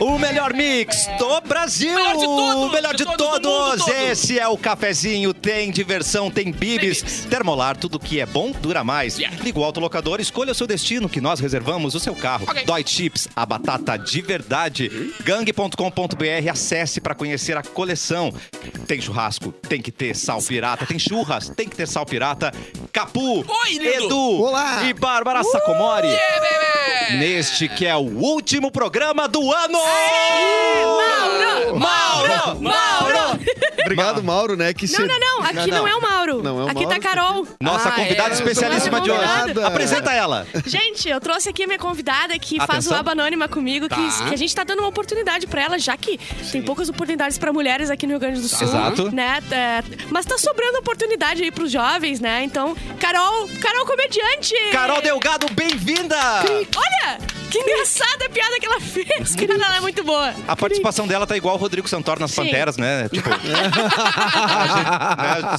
O melhor mix do Brasil! Melhor de todos, o melhor de, de todo todos! mundo, todo. Esse é o cafezinho, tem diversão, tem bibis, Tem bibis. termolar, tudo que é bom dura mais. Yeah. Liga o autolocador, escolha o seu destino, que nós reservamos o seu carro. Ok. Dói Chips, a batata de verdade. Gang.com.br, acesse para conhecer a coleção. Tem churrasco, tem que ter sal pirata, tem churras, tem que ter sal pirata. Capu, Oi, lindo. Edu Olá. e Bárbara Sacomori. Yeah, baby! Neste que é o último programa do ano! Mauro! Mauro! Mauro! Obrigado, Mauro, né? Que se- Não, não, não. Aqui não, é o Mauro. Não é o aqui Mauro. tá a Carol. Nossa Ah, convidada é, especialíssima de hoje. convidada. Apresenta ela. Gente, eu trouxe aqui a minha convidada que faz o Atenção. Aba Anônima comigo, Tá. que, que a gente tá dando uma oportunidade pra ela, já que tem poucas oportunidades pra mulheres aqui no Rio Grande do Sul. Exato. Né? É, mas tá sobrando oportunidade aí pros jovens, né? Então, Carol, Carol comediante! Carol Delgado, bem-vinda! Olha! Que engraçada a piada que ela fez, cara, ela é muito boa. A participação dela tá igual o Rodrigo Santoro nas Sim. Panteras, né? Tipo, a gente, né, Tá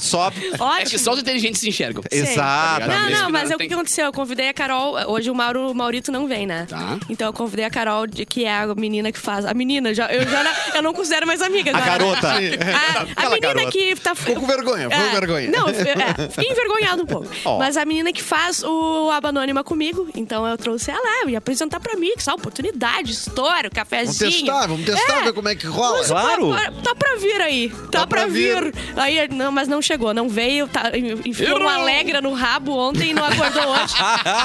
Só. Ótimo. É que só os inteligentes se enxergam. Sim. Não, Exatamente. não, mas Tem- eu- o que aconteceu? Eu convidei a Carol. Hoje o Mauro o Maurito não vem, né? Tá. Então eu convidei a Carol, de- que é a menina que faz. A menina, já, eu já não, eu não considero mais amiga. A agora. garota. A- A, Aquela menina garota. que tá. É. Ficou com vergonha, ficou com vergonha. Não, eu- é, fiquei envergonhado um pouco. Ó. Mas a menina que faz o Aba Anônima comigo, então eu trouxe ela e apresentar pra mim, que só oportunidade, história, o Vamos cafezinho. testar, vamos testar, ver como é que rola. Tá Claro. pra- Tá, pra vir aí. Tá, pra, vir. Aí, não, mas não chegou, não veio. Tá, enfiou Errou. uma alegra no rabo ontem e não acordou hoje.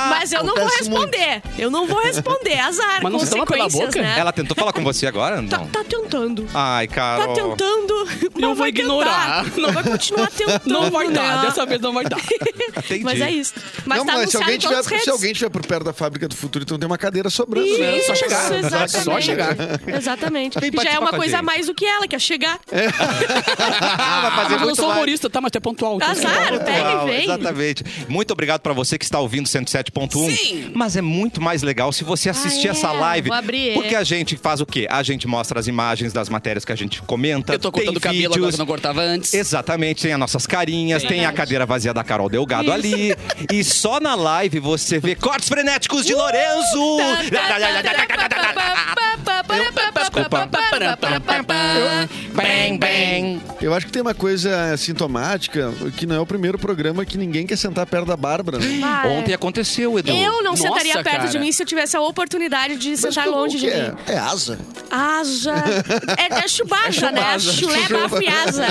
Mas eu não vou Acontece responder. Eu não vou responder. Azar, Mas não se toma pela consequências, boca? né? Ela tentou falar com você agora? tá, Não. tá tentando. Ai, Tá Carol. tentando. Não vou vai ignorar. Tentar. Não vai continuar tentando. Não vai né? dar, dessa vez não vai dar. Tá, Entendi. Mas é isso. Mas não, tá mas se anunciado alguém, em todas tiver, as redes. se alguém tiver por perto da fábrica do futuro, então tem uma cadeira sobrando, né? Isso, só chegar. Exatamente. Só chegar. Exatamente. Vem Já participar é uma com a coisa a gente. mais do que ela, que é chegar. Ah, vai fazer Mas eu não muito sou mais. humorista, tá? Mas tu é pontual. então Azar. você tá- Claro, pega e Uau, vem. Exatamente. Muito obrigado pra você que está ouvindo 107.1. Sim. Mas é muito mais legal se você assistir Ah, é? essa live. Vou abrir. Porque a gente faz o quê? A gente mostra as imagens das matérias que a gente comenta. tá. Eu tô tem cortando o cabelo agora vídeos. que eu não cortava antes. Exatamente, tem as nossas carinhas, tem a Verdade. cadeira vazia da Carol Delgado ali. E só na live você vê cortes frenéticos de Uh! Lorenzo. Tá, Desculpa. Bem, bem. Eu acho que tem uma coisa sintomática, que não é o primeiro programa que ninguém quer sentar perto da Bárbara. Né? Ah, Ontem aconteceu, Edu. Eu não Nossa, sentaria perto cara. de mim se eu tivesse a oportunidade de Mas sentar como tá longe que de é? mim. É asa. Asa. É, é chubasa, É né? chubasa. Chulé, bafo e asa.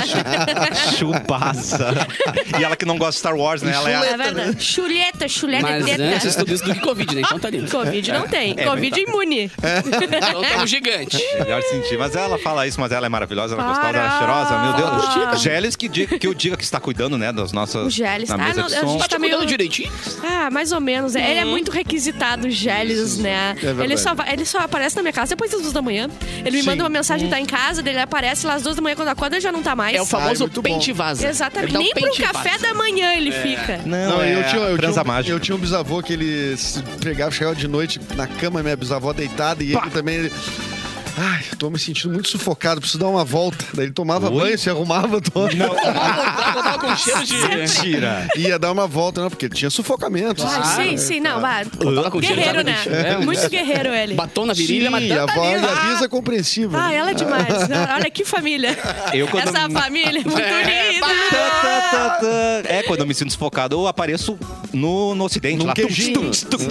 Chupaça. e ela que não gosta de Star Wars, né? Ela é a- É verdade. Chuleta, chulé Mas de antes teta. tudo isso do que Covid, né? Então tá lindo. É Covid não tem. Covid imune. Então tá um gigante. Melhor sentir. Mas ela fala isso, mas ela é maravilhosa, ela é Para! gostosa, ela é cheirosa. Meu Deus. Para! Gélis que, diga, que eu diga que está cuidando, né? Das nossas. O Gélis. Na Ah, mesa não, de a som. gente Mas tá Tá meio- cuidando direitinho? Ah, mais ou menos. Ele Uhum. é muito requisitado, Gélis, né? É verdade. ele, só vai- ele só aparece na minha casa depois das duas da manhã. Ele me Sim. Uhum. manda uma mensagem, tá em casa, daí ele aparece lá às duas da manhã, quando acorda, ele já não tá mais. É o famoso muito bom. pente vaza. Ele Exatamente. dá um Nem pro pente café vaza. da manhã ele fica. Não, é eu, transa tinha um, mágica. eu tinha um bisavô que ele se pegava, chegava de noite na cama, minha bisavó deitada, e ele também. ele- Ai, eu tô me sentindo muito sufocado, preciso dar uma volta. Daí ele tomava Oi? banho, se arrumava, todo. Eu tava com um cheiro de... Mentira. ia dar uma volta, não, porque ele tinha sufocamento. Ah, sim, sim, não, vai. Tava com cheiro, tava com Guerreiro, né? cheiro. É, Muito guerreiro ele. Batom na virilha, mas Sim, a tá avó e lindo. a Bisa é compreensível. né? Ah, ela é demais. Olha que família. Eu quando- Essa família é muito É, Tá, tá, linda. tá, tá. É, quando eu me sinto desfocado, eu apareço no, no ocidente. Num lá. Tum, queijinho. tum, tum, tum.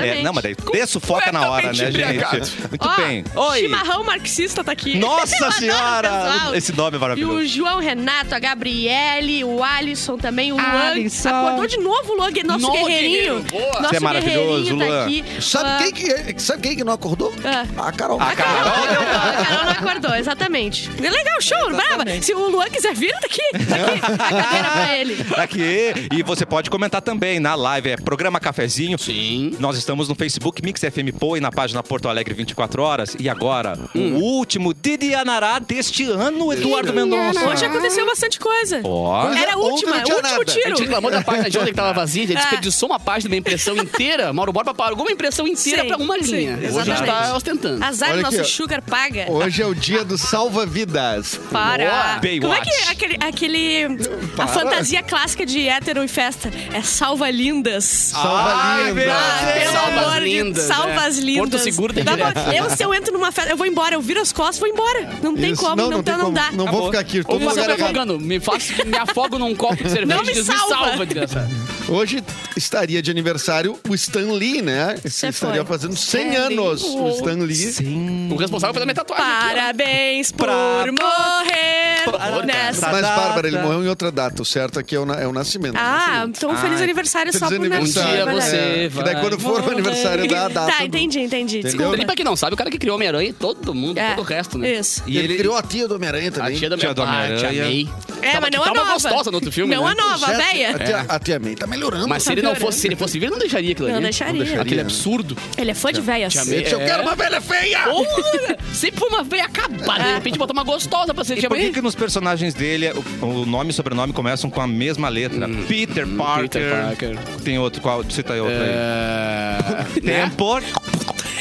É. É, não, mas daí desfoca na hora, né, gente? Muito Ó, bem. Oi. Chimarrão marxista tá aqui. Nossa Adoro, senhora! pessoal. Esse nome é E o maravilhoso. João Renato, a Gabriele, o Alisson também, o Luan. Alisson. Acordou de novo o Luan, nosso Novo guerreirinho. guerreiro, boa. Nosso Você é maravilhoso, guerreirinho tá Luan. aqui. Ah, Sabe, quem que, é- sabe quem que não acordou? Ah. A Carol. A Carol. Carol não acordou, a Carol não acordou, exatamente. É Legal, show, brava. Se o Luan quiser vir, tá aqui, tá aqui. A cadeira pra ele. Aqui. E você pode comentar também na live. É programa Cafezinho. Sim. Nós estamos no Facebook Mix FM Poa e na página Porto Alegre 24 horas. E agora, Hum. o último Didi Anará deste ano, Eduardo Mendonça. Hoje aconteceu bastante coisa. Ó. é Era a Ontem última, não o tinha último nada. A gente tiro. reclamou da página de ontem que tava vazia, a gente Ah. desperdiçou uma página da impressão inteira. Mauro Borba pagou uma impressão inteira Sim, pra uma sim, linha. Hoje a gente exatamente. Ah. tá ostentando. Azar, Olha nosso aqui, ó. sugar paga. Hoje é o dia do salva-vidas. Para. Boa. Como é que é Baywatch. aquele. aquele a Para. fantasia clássica de hétero em festa. É salva lindas. Salva Ah, é linda. verdade. pelo Salvas amor de- lindas, Salvas é. lindas. Porto Seguro tem Dá direto. pra- Eu, se eu entro numa festa, eu vou embora, eu viro as costas, vou embora. Não tem Isso. como, não, não tem, não como. dá. Não vou ficar aqui. Ou Todo você lugar me errado. afogando, me, faço, me afogo num copo de cerveja Não me e diz, me salva. salva, desgraçado. Hoje estaria de aniversário o Stan Lee, né? Você estaria foi. fazendo 100 Stan Lee. anos o Stan Lee. Sim. O responsável pela minha tatuagem. aqui, ó. Parabéns por Pra- morrer Para- nessa. Pra- Mas, data. Bárbara, ele morreu em outra data. O certo aqui é o, na- é o nascimento. Ah, então feliz Ai, aniversário só Feliz por nascer. Um dia né? você é. Que daí vai quando for o aniversário da data. Tá, do- entendi, entendi. Entendeu? Desculpa. Felipe, pra quem não sabe, o cara que criou Homem-Aranha e todo mundo, É, tá todo o resto, né? Isso. E ele, ele criou a tia do Homem-Aranha A também. tia da Tia minha do parte, Homem-Aranha. amei. É, Tava- mas não tava a nova. tá gostosa no outro filme, Não né? a nova, a Jéssica- véia. A tia, a tia May tá melhorando. Mas se ele não fosse, se ele fosse vir, ele não deixaria aquilo ali. Não deixaria. Aquele Deixaria. absurdo. Ele é fã de véias. Te amei. Ele disse, Eu é. quero uma velha feia! Porra! Sempre foi uma veia acabada. De repente botar uma gostosa pra ser. E por que, que nos personagens dele o, o nome e sobrenome começam com a mesma letra? Peter, Parker. Hum. Parker. Tem outro, qual? Cita aí outro aí. É... né? Tempo,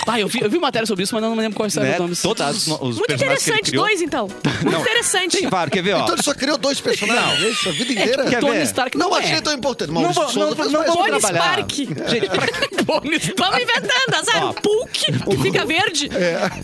Pai, eu vi, eu vi matéria sobre isso, mas não me lembro é quais são né? os nomes Todos citados. os, no- os Muito personagens que ele interessante, criou. dois então. Muito Não. interessante. Tem vários, quer ver, ó? Então ele só criou dois personagens, é isso? A vida inteira? quer Tony ver? Stark não, Não é. achei tão importante. Maurício vou- Souza não- fez não mais um vou Tony trabalho. trabalhar. Spark. Gente, Tony Stark. Vamos inventando, azar. Ó. É, Um Pulk que fica verde.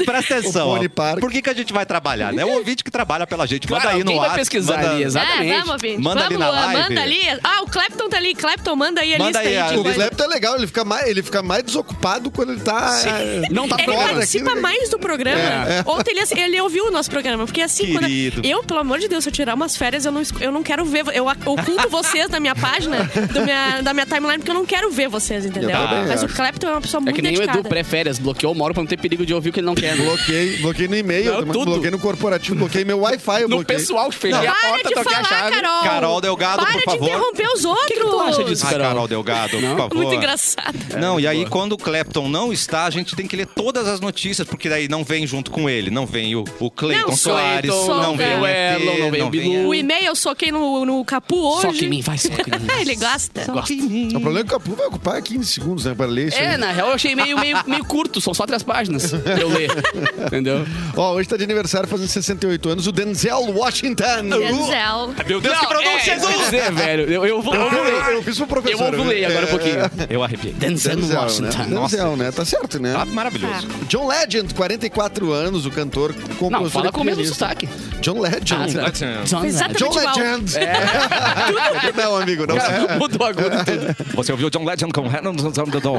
Presta atenção. O Pony ó. Park. Por que, que a gente vai trabalhar? né? É o ouvinte que trabalha pela gente. Manda Claro, aí no alguém vai ar. pesquisar manda, ali, exato. Exatamente. É, vamos, ouvinte. Manda ali vamos, na live. Manda ali. Ah, o Clapton tá ali. Clapton, manda aí a Manda lista aí a- aí. de O Pois é. coisa. Clapton é legal, ele fica mais, ele fica mais desocupado quando ele tá... Não tá Ele Fora fora. daqui, participa né? mais do programa. É. Ontem ele, assi- ele ouviu o nosso programa, porque assim, quando Querido. eu, pelo amor de Deus, se eu tirar umas férias, eu não, esco- eu não quero ver. vo- Eu ac- oculto vocês da minha página, do minha- da minha timeline, porque eu não quero ver vocês, entendeu? também Mas o acho. Clapton é uma pessoa É muito que nem o dedicada. Edu pré-férias, bloqueou o Mauro pra não ter perigo de ouvir o que ele não quer. né? Bloqueei, bloqueei no Não, e-mail, também, tudo. bloqueei no corporativo, bloqueei meu Wi-Fi, eu No bloqueei. pessoal que É, fechei a Para porta, tá de toquei falar, a chave. Carol! Carol Delgado, Para por favor. de interromper os outros! que tu acha disso? Ai, Carol Carol Delgado, Não? por favor. Muito engraçado. É, Não, e aí quando o Clapton não está, a gente tem que ler todas as notícias, porque daí não vem junto com ele, não vem o, o Clayton Não, Soares, Clayton, não vem não vem o o ET, Elon, não vem o Bilu. O e-mail eu soquei no, no capu hoje. Só que mim, vai, só que mim. Ele gasta. Gosto. O problema é que o Capu vai ocupar 15 segundos, né, para ler isso É, aí. na real eu achei meio, meio, meio curto, são só três páginas pra eu ler. Entendeu? Ó, hoje tá de aniversário, fazendo 68 anos, o Denzel Washington. Denzel. Meu Deus, que pronúncia é, isso que eu ia dizer, velho. Eu, eu vou eu vou ler. Eu, eu fiz pro Eu vou professor. né? É, ler agora um pouquinho. Eu arrepiei. Denzel é um Denzel, Washington. né? Denzel, né? Tá certo, né? Ah, maravilhoso. Tá. John Legend, 44 anos, o cantor, compositor Não, fala e com tá? o mesmo pianista. sotaque. John Legend. Ah, tá. John Exatamente. John Igual. Legend. Não, amigo, não. É. é. Cara, mudou agora tudo. Você ouviu John Legend com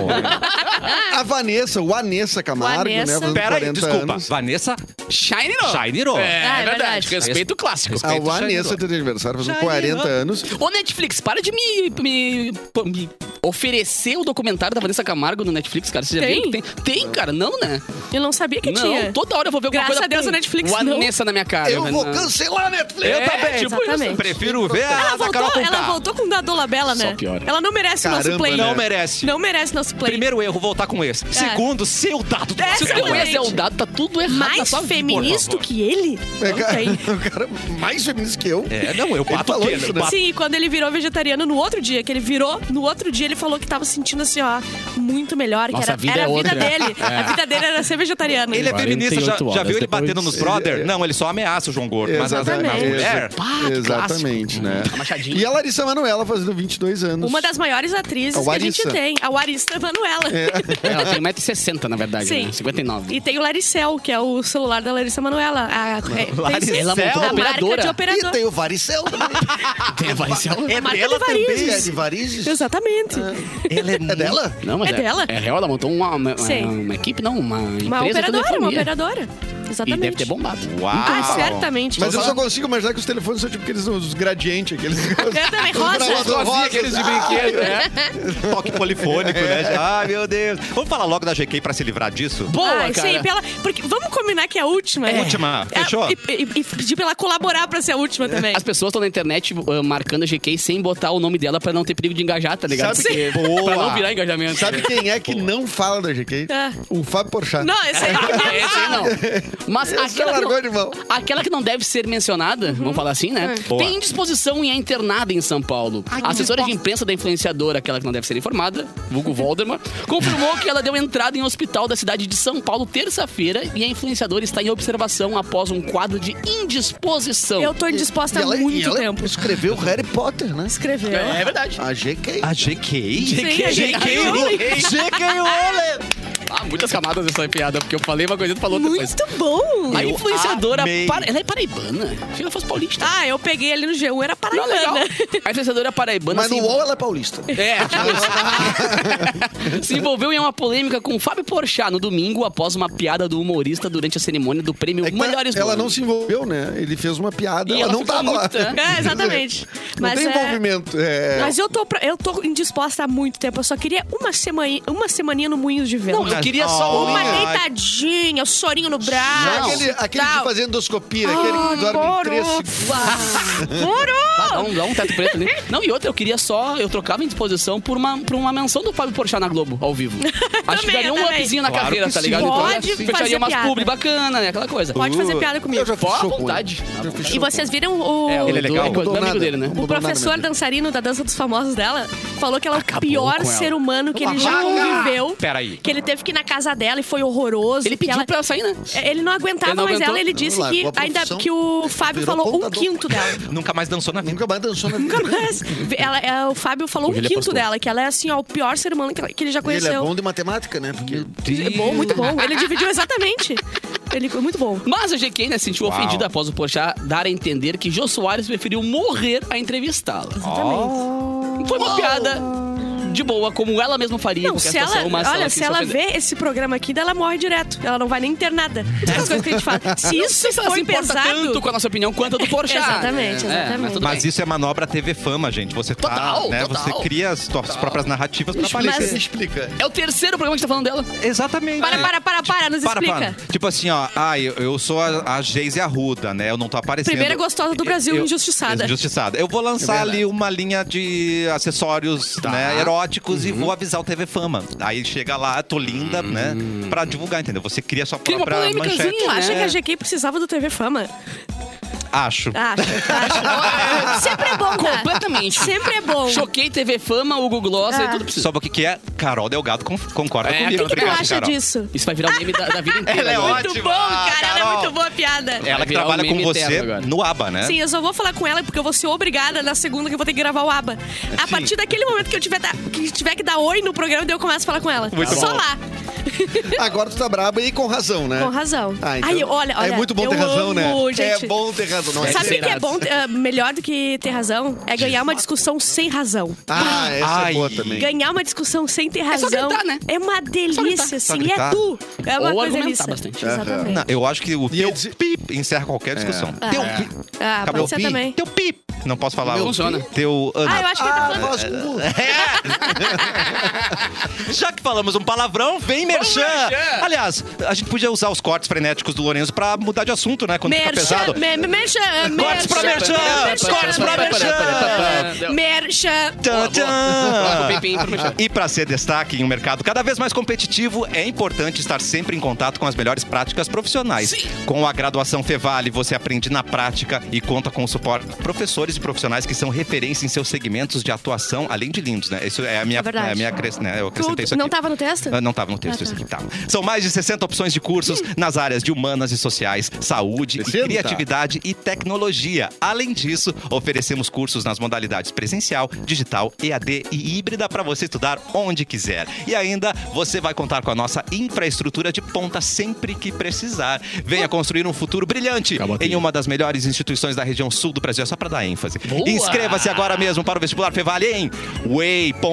A Vanessa, o Anessa Camargo, né? Vanessa. fazendo Pera aí, 40 desculpa. anos. Ah, Vanessa Shine Ro. Shine-Ro. É, Ah, é verdade. é verdade. Respeito o clássico. A Respeito, Vanessa tá de aniversário, fazendo 40 anos. Ô, Netflix, para de me, me- me oferecer o documentário da Vanessa Camargo no Netflix, cara. Você já Tem? viu? Tem, tem cara. Não, né? Eu não sabia que não, tinha. toda hora eu vou ver alguma Graças coisa a Deus, com a Netflix não. Vanessa na minha cara. né? Eu vou Não. cancelar a Netflix. Eu Eu também. também, tipo é, exatamente. Prefiro ver Ela a da Carol voltou, Conká. ela voltou com o da Dolabella, né? Só piora. Ela não merece o nosso Caramba, play. né? Não merece. Não merece nosso play. Primeiro erro, voltar com esse. Segundo, seu dado. É, Se o teu ex é o dado, tá tudo errado na Mais sua vida. feminista que ele? É, Não cara, tem. o cara mais feminista que eu. É, não, eu Ele bato falou o quê? isso, né? Bato- Sim, e quando ele virou vegetariano no outro dia, que ele virou, no outro dia ele falou que tava sentindo assim, ó, muito melhor, que Nossa, era a vida era é outra. dele. A vida dele era ser vegetariano. Ele é feminista, já, 48 já horas viu ele depois. batendo nos brother? Não, ele só ameaça o João Gordo. Mas na, na Exatamente. mulher... Pá, Tá Exatamente, né? A machadinha. E a Larissa Manoela fazendo 22 anos. Uma das maiores atrizes A que a gente Larissa. tem, a Warista Manuela. Ela tem 1,60m, na verdade, Sim. né? 59. E tem o Laricel, que é o celular da Larissa Manoela. A, é, tem- Laricel? Ela montou uma a marca operadora. de E operador. tem o Varicel. também. Tem a varicela? É Marca dela de varizes. também. é de varizes. Exatamente. Ela é, É dela? Não, mas É dela? É real, ela montou uma, uma, Sim. uma equipe, não, uma Uma empresa é operadora, uma telefonia. operadora. E Exatamente. deve ter bombado. Uau! Ah, certamente. Mas eu Só- só consigo imaginar que os telefones são tipo aqueles os gradientes, aqueles. Eu também, Os rosa. bravos- Fazia aqueles de Ah, brinquedo, é. né? Toque polifônico, né? Ai, meu Deus. Vamos falar logo da GK pra se livrar disso? Boa, ah, cara. sim, pela, porque vamos combinar que é a última. né? Última, É, fechou? E, e- e pedir pra ela colaborar pra ser a última também. As pessoas estão na internet uh, marcando a GK sem botar o nome dela pra não ter perigo de engajar, tá ligado? Sabe- Porque, Boa. pra não virar engajamento. Sabe quem é que não fala da GK? Ah. O Fábio Porchat. Não, esse aí tem que Ah, esse aí pensar. não. Mas Esse aquela, largou que de mão. não, aquela que não deve ser mencionada, Uhum. vamos falar assim, É. né? Boa. Tem indisposição e é internada em São Paulo. a assessora de imprensa da influenciadora, aquela que não deve ser informada, vulgo Voldemar, confirmou que ela deu entrada em um hospital da cidade de São Paulo terça-feira e a influenciadora está em observação após um quadro de indisposição. Eu tô indisposta é há muito tempo. escreveu Harry Potter, né? Escreveu. É verdade. A GK. A GK? Sim, a é gente- GK Rowling! Ah, muitas camadas dessa piada, porque eu falei uma coisa e tu falou outra coisa. Muito bom. A Eu influenciadora. amei. para- Ela é paraibana. Se ela fosse paulista. Ah, eu peguei ali no G1, era Não, legal. paraibana. A influenciadora paraibana. Mas se no UOL ela é paulista. É, tipo isso. Se envolveu em uma polêmica com Fábio Porchat no domingo após uma piada do humorista durante a cerimônia do prêmio É que Melhores do ela Ano. não se envolveu, né? Ele fez uma piada, E ela, ela não ficou tava lá. muito, né? É, exatamente. Não Mas tem é- envolvimento. É... Mas eu tô, pra- eu tô indisposta há muito tempo. Eu só queria uma semaninha, uma semaninha no Moinhos de Vento. Não, é eu queria só Oh. uma uma. deitadinha, o sorinho no braço. Não. Aquele, aquele de tal. fazer endoscopia, aquele que dorme em Moro. três segundos. Dá Moro! um, dá um teto preto ali. Não, e outra, eu queria só. Eu trocava em disposição por uma, por uma menção do Fábio Porchat na Globo, ao vivo. Acho que Também, daria um também. upzinho na Claro carreira, que tá sim. ligado? Pode Então, fazer fecharia umas piada. publi bacana, né? Aquela coisa. Pode fazer piada Eu comigo. já fiz Pô, à show com ele. vontade. Já fiz E show vocês viram o, É, o Ele é do- legal. do Mudou amigo nada. dele, né? o Mudou nada na professor vida. dançarino da dança dos famosos dela? Falou que ela é o Acabou pior com ela. ser humano que ele já Macaca! viveu. Peraí. Que ele teve que ir na casa dela e foi horroroso. Ele que pediu ela- pra ela sair, né? É, Ele não aguentava Ele não mais aguentou? ela, ele disse Não, que largou a ainda profissão, que o Fábio virou falou um contador. quinto dela. Nunca mais dançou na vida. Nunca mais dançou na vida. Mas ela, é, o Fábio falou um Ele quinto apostou. dela, que ela é assim, ó, o pior ser humano que, ela- que ele já E Ele é conheceu. bom de matemática, né? Porque é bom, muito bom. Ele dividiu exatamente. Ele foi muito bom. Mas a GK né, se sentiu Uau. ofendida após o Porchat dar a entender que Jô Soares preferiu morrer a entrevistá-la. Oh. Exatamente. Foi uma piada de boa, como ela mesma faria. em Não, qualquer se ela. situação, mas Olha, quis se ela ofender. vê esse programa aqui, daí ela morre direto. Ela não vai nem ter nada. Essas coisas que a gente fala. Se Não isso sei se ela se foi importa tanto pesado. com a nossa opinião quanto a do Porchat. Exatamente, É, exatamente. mas tudo Mas bem. isso é manobra TV Fama, gente. Você tá, Total, né? total. Você cria as suas próprias narrativas pra Explica, aparecer. Mas- explica. É o terceiro programa que a gente tá falando dela. Exatamente. Para, para, para, para, nos Para, explica. para. Tipo assim, ó. Ah, eu, eu sou a, a Geise Arruda, né? Eu não tô aparecendo. Primeira gostosa do Brasil, Eu- injustiçada. Injustiçada. Eu vou É lançar ali uma linha de acessórios Tá. né, eróticos e Uhum. vou avisar o TV Fama. Aí chega lá, tô linda, né? Hum. Pra divulgar, entendeu? Você cria sua Cria uma própria polêmicazinha. manchete. Tu acha É. que a GK precisava do TV Fama? Acho. Acho, tá- acho. Sempre é bom, cara. Completamente. Sempre é bom. Choquei TV Fama, Hugo Gloss Ah. e tudo precisa. Sobre o que, que é, Carol Delgado con- concorda É, comigo. o que que tu Tu Obrigado, acha Carol. disso? Isso vai virar o meme da, da vida inteira. né? Ela é agora. ótima. né? Muito bom, cara. Ela é Carol. muito boa a piada. Ela Vai que virar um trabalha com meme você eterno agora. no ABA, né? Sim, eu só vou falar com ela porque eu vou ser obrigada na segunda que eu vou ter que gravar o aba. A partir daquele momento que eu tiver, da- que tiver que dar oi no programa, daí eu começo a falar com ela. Muito só bom. É. lá. Agora tu tá braba e com razão, né? Com razão. Ah, então, Ai, olha, olha. é muito bom eu ter razão, amo, né? Gente. É bom ter razão. Não, é Sabe o que é Será? bom, eh, melhor do que ter razão? É ganhar uma discussão sem razão. Ah, essa Ai. é boa também. Ganhar uma discussão sem ter só razão gritar, né? é uma delícia, gritar. Só assim. E gritar. é tu. É uma Ou coisa argumentar delícia. bastante. Exatamente. Não, eu acho que o E teu ele- pip encerra qualquer discussão. É. Teu pi. Ah, Acabou pode ser pi? também. Teu pip. Não posso falar. Meu o funciona. Teu Ana. É. Ah, eu acho que ele tá Ah, falando. nossa, como- Já que falamos um palavrão, vem merchan. merchan. Aliás, a gente podia usar os cortes frenéticos do Lourenço pra mudar de assunto, né? Quando fica pesado. Merchan, me- me- merchan, Cortes pra merchan, cortes pra merchan. Merchan. Tchan, tchan. Coloca o pipim pro merchan. E para ser destaque em um mercado cada vez mais competitivo, é importante estar sempre em contato com as melhores práticas profissionais. Sim. Com a graduação Fevale, você aprende na prática e conta com o suporte de professores e profissionais que são referência em seus segmentos de atuação, além de lindos, né? Isso é a minha, É verdade. é a minha acres- né? Eu Tu acrescentei isso aqui. não tá tava no texto? Ah, Não tava no texto, Ah, isso tá. aqui tava. São mais de 60 opções de cursos nas áreas de humanas e sociais, saúde e 60? criatividade e tecnologia. Além disso, oferecemos cursos nas modalidades presencial, digital, EAD e híbrida para você estudar onde quiser. E ainda, você vai contar com a nossa infraestrutura de ponta sempre que precisar. Hum. Venha construir um futuro brilhante Acabou a em trilha. uma das melhores instituições da região sul do Brasil, É só para dar ênfase. Boa! Inscreva-se agora mesmo para o vestibular Fevale em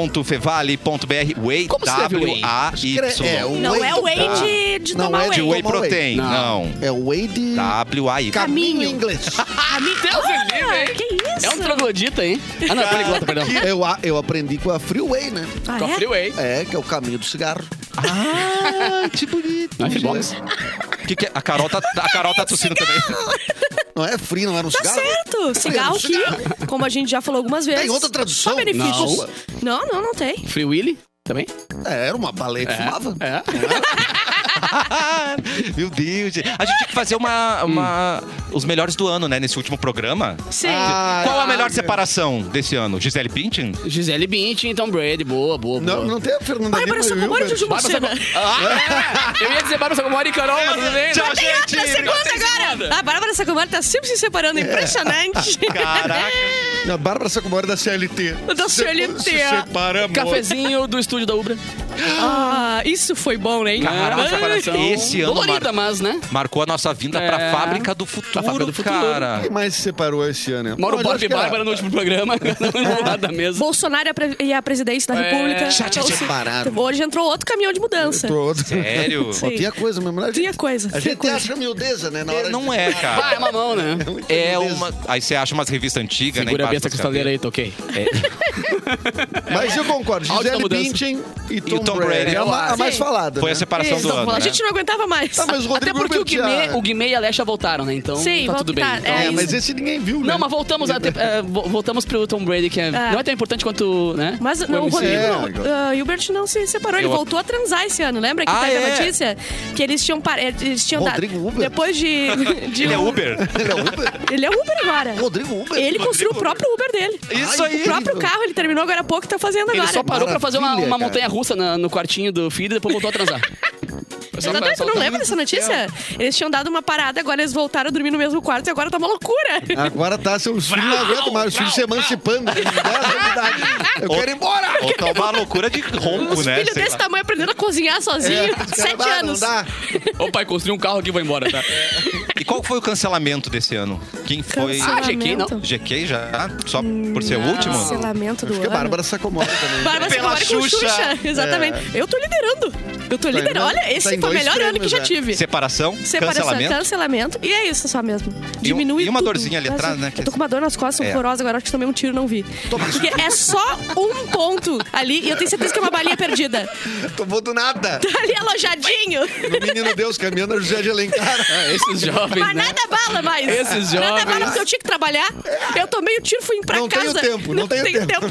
way.fevale.br. Way Como se escreve whey? W-A-Y. É, o Não é o whey de, de Não tomar é de De whey. whey Toma whey. protein. Não. Não. É o Wade de Tá. W-A-Y. caminho Caminho. inglês. é Deus me livre, Ah, hein? que isso? É um troglodita, hein? Ah, não, é poliglota, perdão. eu, a- eu aprendi com a Freeway, né? Ah, Com a é? Freeway. É, que é o caminho do cigarro. Ah, que bonito. Não é Freebox? Que que é? A Carol tá, a Carol tá tossindo também. Não é free, não era um Tá cigarro. certo. Cigarro que, como a gente já falou algumas vezes. Tem outra tradução? Só benefícios. Não, não, não tem. Free Willy? Também? É, era uma baleia que fumava. É. Meu Deus. gente. A gente tinha que fazer uma, uma- Os melhores do ano, né? Nesse último programa. Sim. Ah, Qual a melhor meu. separação desse ano? Gisele Bündchen? É. Gisele Bündchen, Tom Brady, boa, boa, boa. Não, não tem a Fernanda Lima e Bárbara o Sacomori e Hilbert. Juju Bárbara Lucena. Sacomori- Ah, é! Eu ia dizer Bárbara Sacomori e Carol, mas tudo bem. né? Tchau, Tem gente. outra tá segunda Obrigado. agora. A Bárbara Sacomori tá sempre se separando. Impressionante. Caraca. A Bárbara Sacomori é da CLT. Da Se- CLT. Se separamos. Cafezinho do estúdio da Ubra. Ah, isso foi bom, né? Caraca, Ah, separação. Esse ano Dolorida, mar- mas, né? marcou a nossa vinda pra É. Fábrica do Futuro, Fábrica do Futuro. cara. Quem mais se separou esse ano? Mauro Olha, eu Borba acho e que é. era- Bárbara no último programa. Não nada mesmo. Bolsonaro e a pre- e a presidente da É. República. Já tinha Então, separado. se- Hoje entrou outro caminhão de mudança. Entrou outro. Sério? Ó, tinha coisa mesmo. né? A gente- Tinha coisa, A tinha gente coisa. acha miudeza, né? Na É, hora Não é, Ah, cara. é mamão, né? muita É miudeza. uma. Aí você acha umas revistas antigas, né? Segura a embaixo besta das cristaleira cadeiras. aí, É. toquei. É, Mas eu concordo. Alta Gisele mudança. Bündchen e Tom, Tom Brady. Brady. É a, ma- a Sim. mais falada, Foi né? a separação Isso, do ano. a né? gente tá- não aguentava mais. Tá, mas o Até Rodrigo porque o Hilbert Guimê, já- o Guimê e a Lecha voltaram, né? Então Sim, tá vão tudo bem. ficar- Então, é É, isso. mas esse ninguém viu, né? Não, mas voltamos até. é, vo- voltamos pro Tom Brady, que é, não é tão importante quanto. né? Mas o não, o MC. Rodrigo, É, não, agora. ah, Hilbert não se separou, ele Eu- voltou a transar esse ano, lembra que Ah, teve é? a notícia? Que eles tinham par... eles tinham Rodrigo dado. Uber? Depois de. de- Ele é Uber? Ele é Uber? Ele é Uber agora. Rodrigo Uber? Ele construiu o próprio Uber dele. Isso Ai, aí. O próprio incrível. carro, ele terminou agora há pouco e tá fazendo Ele agora. só parou pra fazer uma, Maravilha, uma cara. montanha russa na- no quartinho do filho e depois voltou a transar. Só pra- Exatamente, só tu não pra- lembra dessa notícia? Eles tinham dado uma parada, agora eles voltaram a dormir no mesmo quarto e agora tá uma loucura. Agora tá, seus filhos não aguentam mais, os filhos se emancipando. Eles dão essa idade. Eu quero ir embora! Ou tá uma loucura de ronco, Os né? filhos Sei desse lá. tamanho aprendendo a cozinhar sozinho, os caras, sete "Ah, não anos. dá." Ô pai, construiu um carro aqui e vou embora, tá? E qual foi o cancelamento desse ano? Quem foi? Ah, GQ, não. GQ já? Só por ser o último? Cancelamento do Acho que a ano. Bárbara Sacomori também. né? Bárbara Pela Sacomori com Xuxa. Xuxa. Exatamente. Eu tô liderando. Eu tô em liderando. dois- Olha, tá esse em foi o dois melhor ano que prêmios, já né? tive. Separação? Separação, cancelamento? cancelamento. E é isso só mesmo. Diminui e uma tudo. dorzinha ali atrás, né, que- Eu tô com uma dor nas costas É. horrorosa agora, acho que tomei um tiro, não vi. Porque é só um ponto ali e eu tenho certeza que é uma balinha perdida. Tomou do nada. Tá ali alojadinho. No Menino Deus, caminhando a José de Alencar. É, Esses jovens, Mas né? nada bala mais. Esses Nada jovens. bala porque eu tinha que trabalhar. Eu tomei o tiro, fui pra Não tenho casa. tempo, não tenho tenho tempo.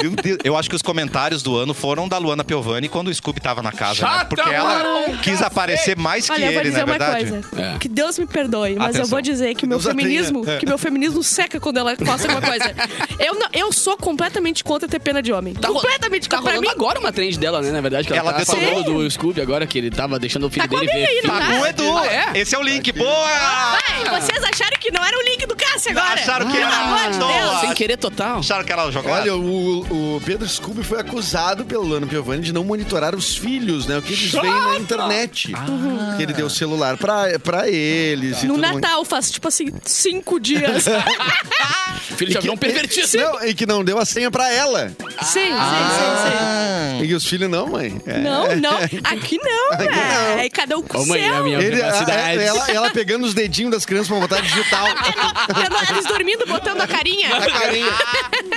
Meu Deus, Eu acho que os comentários do ano foram da Luana Piovani quando o Scooby tava na casa. né? Chata, Porque ela mano, quis aparecer mais que Olha, eu vou ele, não dizer é uma verdade? coisa. É. Que Deus me perdoe, mas Atenção. eu vou dizer que o meu Deus a tenha. feminismo, É. que meu feminismo seca quando ela posta alguma coisa. Eu, não, eu sou completamente contra ter pena de homem. ro- completamente tá contra. rolando pra mim, agora uma trend dela, né? Na verdade, que ela, Ela tá detonou. falando do Scooby agora, que ele tava deixando o filho Tá com dele a ver. menina, filme. né? Tá com o Edu! Ah, é? Esse é o link, boa! Ah. Ai, vocês acharam que não era o link do Cássio agora? Acharam que Pelo era amor de à toa. Deus. Sem querer total. Acharam que ela jogava? Olha, o, o Pedro Scooby foi acusado pelo Luano Piovani de não monitorar os filhos, né? O que eles veem na internet. Que ele deu celular pra, pra eles. e No tudo mais. Natal faz, tipo assim, cinco dias. O filho já virou um pervertido. Não, e que não deu a senha pra ela. sim, sim, sim, sim. Ah, E os filhos não, mãe. É. Não, não. Aqui não, não. é. É Cada um com Ô, o mãe, seu. a minha Ele- a- privacidade. ela, ela pegando os dedinhos das crianças pra botar digital. Eles dormindo, botando a carinha. A carinha.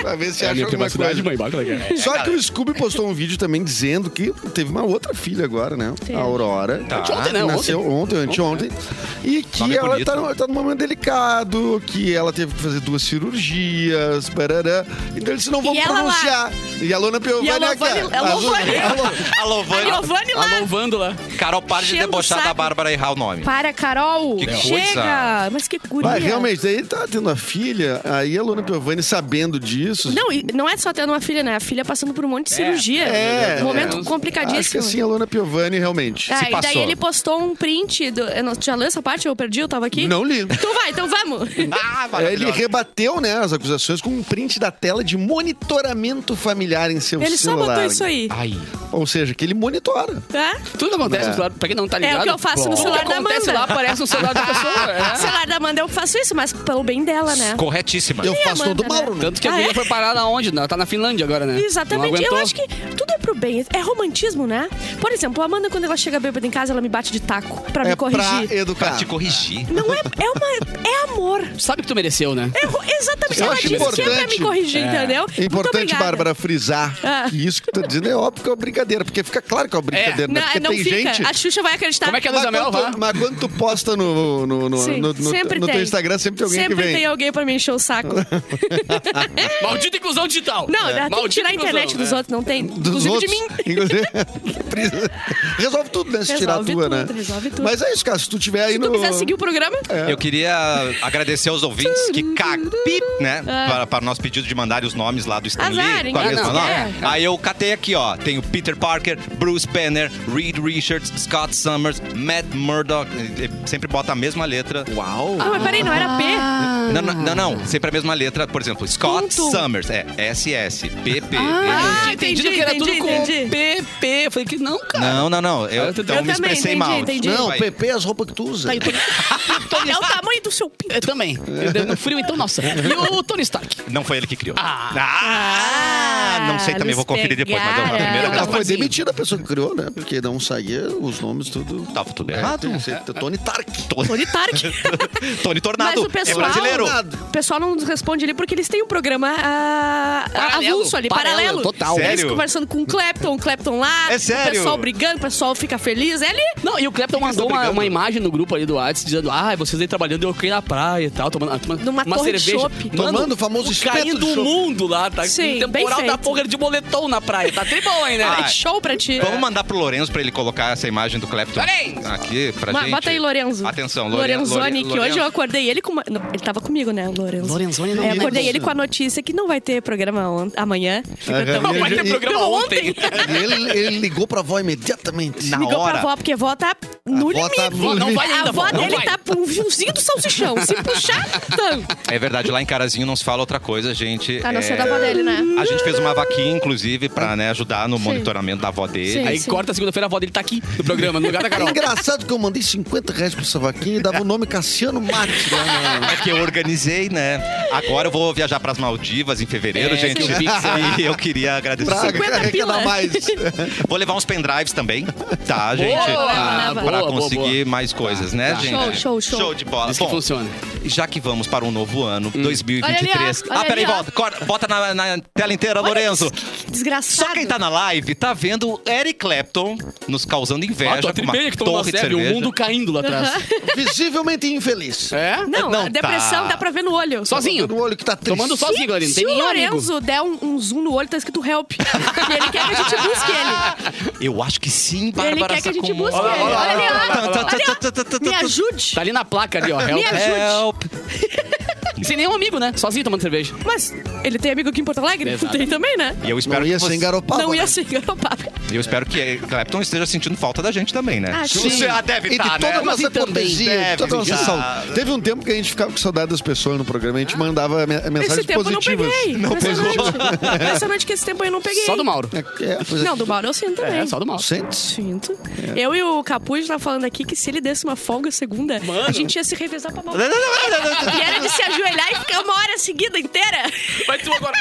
Pra ver se É a acha minha alguma coisa. privacidade, mãe. Bota legal. Só que o Scooby postou um vídeo também dizendo que teve uma outra filha agora, né? Sim. A Aurora. Tá. Que Ontem, né? Ontem. Nasceu ontem, anteontem. E Nome que é ela bonito. tá, num- tá num momento delicado, que ela teve que fazer duas cirurgias, barará. Então eles não vão ela lá. pronunciar. E a Lona Piovani E a é aqui, Lovani- ó. a Azul- Lovani- a A Lovani. Giovanni lá. A louvando lá. Carol, para de Enchendo o debochar da saco. Bárbara errar o nome. Para, Carol! Que coisa. Chega! Mas que guria. Mas realmente, aí tá tendo a filha, aí a Lona Piovani sabendo disso. Não, e não é só tendo uma filha, né? A filha passando por um monte de cirurgia. É, Um momento é. complicadíssimo. Acho que assim, a Lona Piovani realmente. Ah, se e daí passou. ele postou um print. Do... Eu não... Já leu essa parte? Eu perdi, eu tava aqui? Não li. Então vai, então vamos! Ah, Ele maravilhosa. rebateu né, as acusações com um print da tela de monitoramento familiar em seu Ele só celular. botou isso aí, Ai. Ou seja, que ele monitora. tá? Tudo acontece É. no celular. Pra quem não tá o ligado. que eu faço no tudo celular que da acontece Amanda. lá aparece no celular da pessoa. O é. celular da Amanda, eu faço isso, mas pelo bem dela, né? Corretíssima. Eu E a faço todo Amanda, o Mauro, né? Tanto que a Ah, guria é? foi parar na onde? Ela tá na Finlândia agora, né? Não Exatamente. aguentou. Eu acho que tudo é pro bem. É romantismo, né? Por exemplo, a Amanda, quando ela chega bêbada em casa, ela me bate de taco pra É pra me corrigir. Pra educar. te corrigir. Não é. É uma. É amor. Sabe que tu mereceu, né? É ro- exatamente. Eu ela acho disse que é pra importante. me corrigir, É. entendeu? É importante, Muito obrigada. Bárbara, frisar Ah. que isso que tu tá dizendo é óbvio que é uma brincadeira, porque fica claro que é uma brincadeira, né? Não, Porque não tem fica. gente. A Xuxa vai acreditar. Como é que é a Mas Luísa Mel? quando, vá? tu, mas quando tu posta no, no, no, Sim, no- no- sempre no teu tem. Instagram, sempre tem alguém Sempre que vem. tem alguém pra me encher o saco. Mas Maldita inclusão digital. É. Não, é. tem que tirar a internet né? dos outros, não tem. dos Inclusive outros. de mim. Inclusive, resolve tudo, né? Se tirar a Resolve tua, tudo, né? resolve tudo. Mas é isso, cara. Se tu tiver aí Se no. É. tu quiser seguir o programa, Eu queria agradecer aos ouvintes que capi, né? Para, para o nosso pedido de mandarem os nomes lá do Stanley É. Azar, com a ninguém mesma não nome. quer. Aí eu catei aqui, ó. Tem o Peter Parker, Bruce Banner, Reed Richards, Scott Summers, Matt Murdock. eh, eh, Sempre bota a mesma letra. né? Uau! Ah, mas peraí, não era P? Não, não, não, não. Sempre a mesma letra. Por exemplo, Scott Junto. Summers. É SS, PP. Ah, Ah, entendi, entendi, que era tudo entendi, com entendi. PP. Eu falei que não, cara. Não, não, não. Eu, Eu então me também, expressei entendi, mal. entendi. Desculpa Não, aí. PP é as roupas que tu usa. Tá, e o Tony- É o tamanho do seu pinto. Eu também. Eu dei no frio, então, nossa. E o Tony Stark. Não foi ele que criou. Ah. Ah, não sei também, nos vou conferir depois. Mas a pegaram. primeira Ela foi assim. Rapazinho. demitida a pessoa que criou, né? Porque não saía os nomes, tudo. Tá Tava tudo É, errado. tem que ser Tony Tark. Tony Tark. Tony Tornado. Mas o pessoal- é brasileiro. Tornado. O pessoal não nos responde ali porque eles têm um programa ah, Paralelo, avulso ali, paralelo. paralelo, total. Sério? Eles conversando com o Clapton, o Clapton lá. É sério? O pessoal brigando, o pessoal fica feliz. É ali. Não, e o Clapton mandou uma, brigando? uma imagem no grupo ali do Whats dizendo: Ah, vocês aí trabalhando, eu caí na praia e tal, tomando, ah, tomando Numa uma torre de cerveja. chopp. Mano, Tomando o famoso espeto de Caindo o chopp. mundo lá, tá? Sim, o bem temporal feito. da porra de moletom na praia. Tá tri bom, hein, né? Ah, É show pra ti. Vamos mandar pro Lourenço pra ele colocar essa imagem do Clapton Lorenzo! aqui pra Ma- gente. Bota aí, Lorenzo. Atenção, Loren- Loren- Lorenzoni, que hoje eu Lorenzo. acordei ele com uma... não, Ele tava comigo, né, Lorenzo? Lorenzoni não É, é, eu acordei mas- ele com a notícia que não vai ter programa on- amanhã. Ficou Aham. tão- Não, vai ter Ele- programa Não, ontem. ontem. É, E ele, ele ligou pra avó imediatamente. Na Ligou hora. pra vó, porque a vó tá no A vó limite. tá no Não vai a ainda, avó vó, não dele vai. tá com um fiozinho do salsichão. Se puxar, tanto. É verdade, lá em Carazinho não se fala outra coisa, gente. A não É, ser da avó dele, né? A gente fez uma vaquinha, inclusive, pra né, ajudar no monitoramento da avó dele. Sim. Aí corta segunda-feira, a avó dele tá aqui no programa, no lugar da É Carol. engraçado que eu mandei 50 reais pro Savaquinha e dava o nome Cassiano né? Mate. lá na- É que eu organizei, né? Agora eu vou viajar pras Maldivas em fevereiro, É, gente. sim, Pix. E eu queria agradecer. Pra 50 pila. arrecadar mais. Vou levar uns pendrives também, tá, gente? leva, pra leva. Boa, boa, conseguir mais coisas, né, tá. gente? Show, show, show. Show de bola. Diz que Bom, funciona. já que vamos para um novo ano, 2023. Olha ali, ó, olha ah, peraí, ali, ó. volta. corta, bota na, na tela inteira, Lorenzo. Desgraçado. Só quem tá na live tá vendo o Eric Clapton nos causando Ó, inveja tua com uma trimeia que tomou uma torre de série, o cerveja. mundo caindo lá atrás. Visivelmente infeliz. É? Não, Não, a depressão tá. dá pra ver no olho. Sozinho. No olho que tá triste. Tomando sozinho, Glorinha. Não Se assim, tem o nenhum Lorenzo amigo. der um, um zoom no olho, tá escrito help. E ele quer que a gente busque ele. Eu acho que sim, Bárbara Ele quer que a gente Sacomori. busque ele. Olha ali, ó. Me Olha ajude. Tá ali na placa ali, ó. Help. ajuda. Help. Sem nenhum amigo, né? Sozinho tomando cerveja. Mas ele tem amigo aqui em Porto Alegre? Exato. Tem também, né? E eu espero Não ia que ser você... engaropado. né? Não ia ser engaropado. Eu espero que Clapton esteja sentindo falta da gente também, né? Ah, sim. Você ah, deve E de estar, toda a né? nossa também cortesia, de deve toda a nossa ficar. saudade. Teve um tempo que a gente ficava com saudade das pessoas no programa, a gente mandava me- mensagens Esse tempo eu não positivas. peguei. Impressionante. pegou. Impressionante que esse tempo eu não peguei. Só do Mauro. É, é, pois é. Não, do Mauro eu sinto também. É, só do Mauro. Sente-se. Sinto. É. Eu e o Capuz tá falando aqui que se ele desse uma folga segunda, a gente ia se revezar pra mal. E era de se ajoelhar e ficar uma hora seguida inteira. Vai tu agora.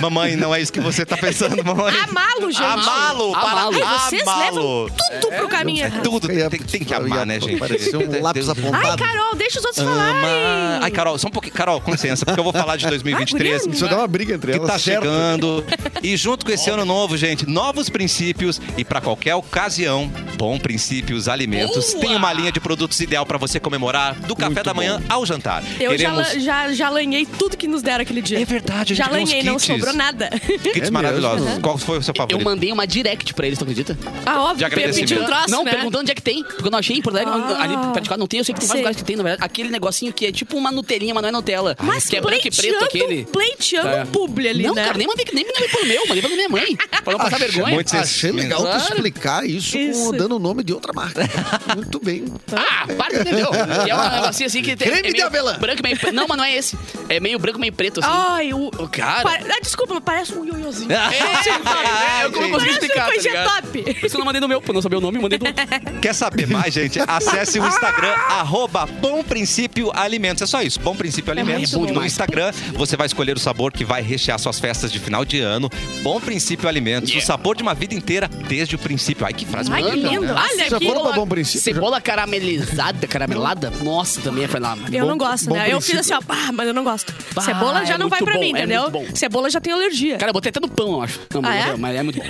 Mamãe, não é isso que você tá pensando, mamãe. Amá-lo, gente. Amá-lo, para Amá-lo. Ah, Ai, vocês amá-lo. É, É Tudo pro caminho errado. Tudo tem, tem que amar, né, gente? Parecia um lápis apontado. Ai, Carol, deixa os outros Ama. falarem. Ai, Carol, só um pouquinho. Carol, com licença, porque eu vou falar de 2023. Ah, Isso vai dar uma briga entre que elas. tá certo? chegando. E junto com esse ano novo, gente, novos princípios e para qualquer ocasião, Bom Princípios Alimentos Boa! tem uma linha de produtos ideal para você comemorar do café da manhã ao jantar. Eu Queremos- já, lan- já, já lanhei tudo que nos deram aquele dia. É verdade, a gente Já ganhou uns lanhei, não kits. sobrou nada. Kits É maravilhosos. mesmo? Qual foi o seu Eu favorito? mandei uma direct pra eles, tu acredita? Ah, De óbvio, eu agradecimento. pedi um troço, não, né? perguntando onde é que tem. Porque eu não achei em Porto Alegre, Ah. ali praticamente não tem. Eu sei que tem vários Sei. lugares que tem, na verdade. Aquele negocinho que é tipo uma Nutelinha, mas não é Nutella. Mas que é branco e preto pleiteando- aquele. pleiteando Tá. um publi ali, não, né? cara, nem mandei, nem mandei pro meu, mandei pra minha mãe. Pra não passar vergonha. muito Ah, sensível. Achei legal tu Claro. explicar isso, Isso. Com, dando o nome de outra marca. Muito bem. Ah, para de entender. Que é um negocinho assim que tem. Creme é meio de avelã. Branco e meio preto. Não, mas não é esse. É meio branco e meio preto, assim. Ai, o... O cara. Pa- Ah, desculpa, mas parece um ioiôzinho. É, sim, é, eu não consegui Parece explicar, uma tá coisinha ligado? top. Por isso eu não mandei no meu, pra não saber o nome, eu mandei do outro. Quer saber mais, gente? Acesse o Instagram, arroba Bom Princípio Alimentos. É só isso, Bom Princípio muito Alimentos. bom no demais. Instagram, você vai escolher o sabor que vai rechear suas festas de final de ano. Bom Princípio Alimentos, o sabor de uma vida inteira desde o princípio. Ai, que frase Ai, que bonita. lindo. Olha Já aqui. foram pra Bom Princípio? já? Ah, Cebola caramelizada, caramelada. Nossa, também é fenomenal. Eu Bom- não gosto, bom né? Eu fiz assim, princípio. ó, pá, mas eu não gosto. Bah, Cebola já é não vai muito pra bom, mim, é entendeu? muito bom. Cebola já tem alergia. Cara, eu botei até no pão, eu acho. Não, Ah, mas, é? mas é muito bom.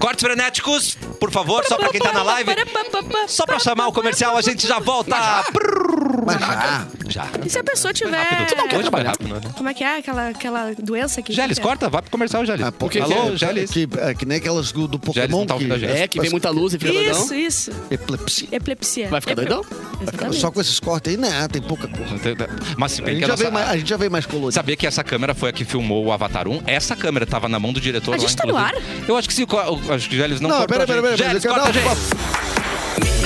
Cortes frenéticos, por favor, só tá pra quem tá na live. Só pra chamar o comercial, a gente já volta. Mas já. Já. E se a pessoa Foi tiver. rápido. Tu não quer Hoje foi trabalhar rápido, né? Como é que é aquela, aquela doença que. é? Geles, corta, vai pro comercial, Geles. Ah, pô, Alô, que, Geles. Que, é que nem aquelas do, do Gélis não Pokémon tá ouvindo a que... gente. É, que vem muita luz e fica doidão. Isso, isso. Epilepsia. Epilepsia. Vai ficar doidão? Exatamente. Só com esses cortes aí, né? Tem pouca cor. Mas se A bem gente, que já a nossa- veio mais, a gente já veio mais colorido. Sabia que essa câmera foi a que filmou o Avatar 1? Essa câmera tava na mão do diretor A lá, gente tá no inclusive. Eu acho que sim, co- eu acho que o Gélis não, Não, cortou pera, a pera, gente. pera. pera, Gélis, eu quero corta a dar- gente.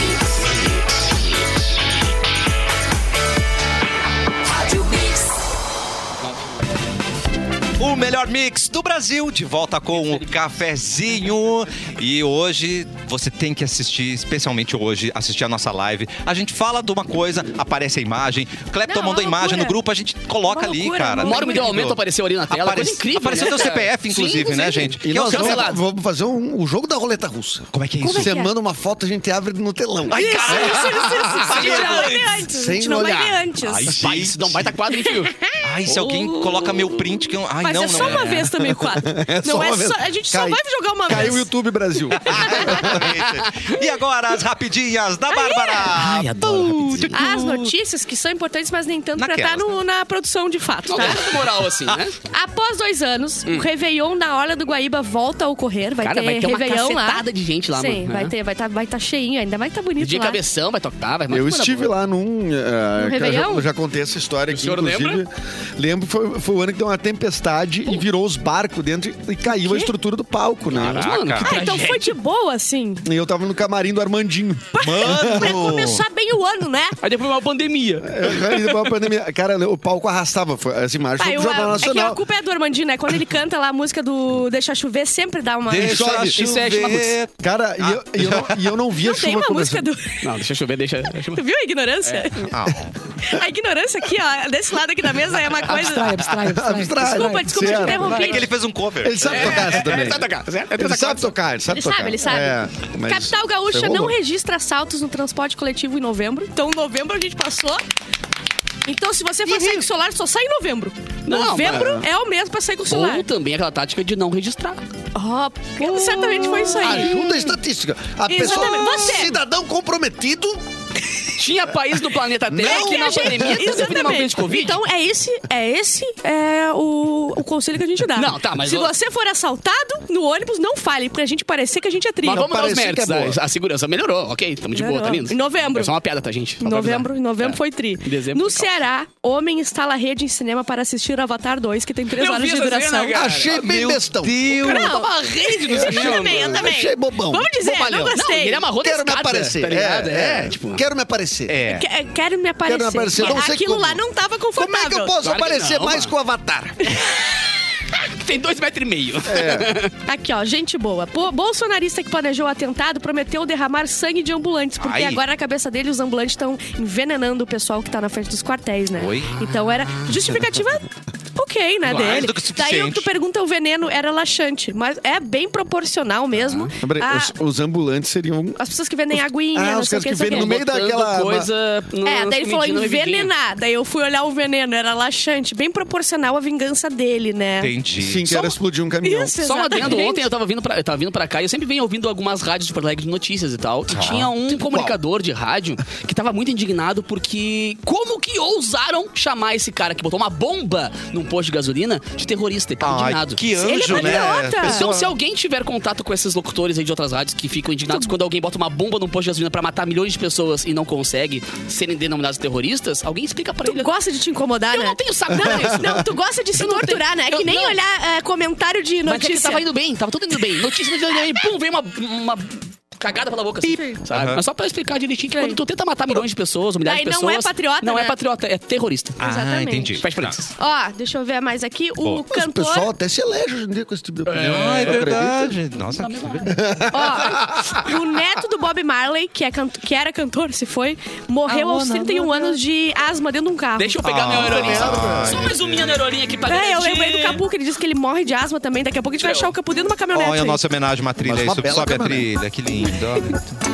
O melhor mix do Brasil, de volta com o cafezinho. E hoje você tem que assistir, especialmente hoje, assistir a nossa live. A gente fala de uma coisa, aparece a imagem. O Clepton Não, é mandou a uma imagem no loucura. grupo, a gente coloca Uma ali, loucura, é cara. uma O Mauro me deu um Lindo. aumento, apareceu ali na tela. Apare- Coisa incrível. apareceu né, teu cara? CPF, inclusive, né, gente? E Que é o nós vamos, cancelado. vamos fazer um, um jogo da roleta russa. Como é que é Como isso? é que Você manda uma foto, a gente abre no telão. tá Ai, Isso, cara. isso, isso, isso. isso. A gente não vai ver antes. A Sem gente não vai olhar. ver antes. Ai, Pai, isso dá um baita quadro, hein, filho? Ai, se alguém coloca meu print que eu... Ai, é? Mas não, é só não. né? uma vez também o quadro. só não é uma vez. só. A gente Cai- só vai jogar uma Caiu o vez. Ah, YouTube Brasil. Exatamente. E agora as rapidinhas da Bárbara. Ai, adoro rapidinho. As notícias que são importantes, mas nem tanto pra Naquelas, estar no- na produção de fato, Não tá? dá muita moral assim, né? Após dois anos, o Réveillon na Orla do Guaíba volta a ocorrer. Vai Cara, ter vai ter uma Réveillon lá. cacetada de gente lá, Sim, mano. vai né? ter, vai estar vai tá cheinho ainda, vai estar bonito DJ lá. Cabeção vai tocar, vai Eu estive lá num. eh, que eu já, Réveillon? eu já contei essa história aqui, senhor inclusive. Lembro, foi, foi o ano que deu uma tempestade e virou os barcos dentro e caiu a estrutura do palco, né? Mano, que Caraca. Ah, então foi de boa, assim. E eu tava no camarim do Armandinho. Pra Mano! começar bem o ano, né? Aí depois uma pandemia. Aí depois da pandemia. Cara, o palco arrastava. Foi, assim, essa imagem Ah, foi eu, pro Jornal é que a Nacional. culpa é do Armandinho, né? Quando ele canta lá a música do Deixa Chover, sempre dá uma... Deixa Sobe. Isso é chover. Cara, e, Ah. eu, e eu não, e eu não via Não tem chuva uma música começando. do... Não, deixa eu chover, deixa. deixa eu- Tu viu a ignorância? Ah, A ignorância aqui, ó, desse lado aqui da mesa é uma coisa... Abstrai, Desculpa, né? desculpa te Certo. interromper. É que ele fez um cover. Ele sabe tocar essa também. É, Ele sabe tocar, certo? Ele sabe tocar, ele sabe Ele tocar. sabe, ele sabe. É, mas Capital Gaúcha ferrou. não registra assaltos no transporte coletivo em novembro. Então, novembro a gente passou. Então, se você for sair com o celular, só sai em novembro. Não, novembro é o mesmo pra sair com o celular. Ou também aquela tática de não registrar. Ó, certamente foi isso aí. Ajuda a estatística. A Exatamente. pessoa, Você. cidadão comprometido, Tinha país no planeta Terra Não. que na a gente- pandemia teve epidemia de Exatamente. Covid. Então, é esse, é esse é o, o conselho que a gente dá. Não, tá, mas Se eu- você for assaltado no ônibus, não fale, pra gente parecer que a gente é Mas trilha. vamos dar os parecia que méritos. é boa. a, a segurança melhorou, ok? Tamo de boa, tá lindo? Em novembro. É só uma piada, tá, gente? Só Em pra novembro, em avisar. novembro É. foi tri. Em dezembro no foi Ceará, homem instala rede em cinema para assistir Avatar 2, que tem 3 Eu horas vi de essa duração. cena, cara. achei tá bem Meu bestão. Deus! Não, Uma rede do eu também, eu também. Achei bobão. Vamos dizer, Bobalhão. não Não, e gostei. ele amarrou da Quero me escada, aparecer. Tá ligado? É, é. tipo... Quero me aparecer. É. Que- Quero me aparecer. Quero me aparecer, não sei Aquilo como. lá não tava Como confortável. é que eu posso Claro que aparecer não, mais mano. com o Avatar? Tem dois metros e meio. É, Aqui, ó, gente boa. Bo- bolsonarista que planejou o atentado prometeu derramar sangue de ambulantes, porque Ai. agora na cabeça dele os ambulantes estão envenenando o pessoal que tá na frente dos quartéis, né? Oi. Então era justificativa ok, né, Mais dele. do que suficiente. Daí tu pergunta o veneno era laxante, mas é bem proporcional mesmo. Ah. a- Os, os ambulantes seriam. um as pessoas que vendem aguinha, Ah, não os sei o caras que, que não sei o vendem que. no meio daquela- coisa... no- É, daí ele falou medinho, na medidinha. envenenar. Daí eu fui olhar o veneno, era laxante, bem proporcional à vingança dele, né? Entendi. Sim, que era explodir um caminhão. Isso, Só um adendo, exatamente. ontem eu tava vindo, pra, eu tava vindo pra cá e eu sempre venho ouvindo algumas rádios de Porto Alegre de notícias e tal. Ah, E tinha tipo um comunicador de rádio que tava muito indignado porque como que ousaram chamar esse cara que botou uma bomba num posto de gasolina de terrorista? Ele tava Ai, indignado. que Ele é anjo, né? patriota. Então, se alguém tiver contato com esses locutores aí de outras rádios que ficam indignados quando alguém bota uma bomba num posto de gasolina pra matar milhões de pessoas e não consegue serem denominados terroristas, alguém explica pra ele. Tu gosta de te incomodar, Eu né? não tenho saco pra isso. Não, tu gosta de se torturar, né? É que Eu nem não. olhar é, comentário de Mas é que notícia. tava indo bem, tava tudo indo bem. Notícia, notícia, notícia, e pum, veio uma, uma cagada pela boca assim. Sabe? Mas só pra explicar direitinho que Sim. quando tu tenta matar milhões de pessoas, milhares Daí de não pessoas. é patriota, Não né? é patriota, é terrorista. Ah, Exatamente. entendi. Faz diferença. Ó, deixa eu ver mais aqui. O Boa. Mas o cantor. pessoal até se elege hoje em dia com esse tipo de opinião. Ah, é Tu acredita? verdade. Nossa, que Ó, o neto do Bob Marley, que, é canto- que era cantor, se foi, morreu aos 31 anos de asma dentro de um carro. Deixa eu pegar minha aerolinha. Ai, Só mais uma aerolinha aqui pra É, eu garantir. lembrei do Capu, que ele disse que ele morre de asma também. Daqui a pouco a gente vai achar o Capu dentro de uma caminhonete. Olha a aí. nossa né, homenagem a uma trilha Mas aí. uma Sobe bela sobe a câmera. trilha, que lindo.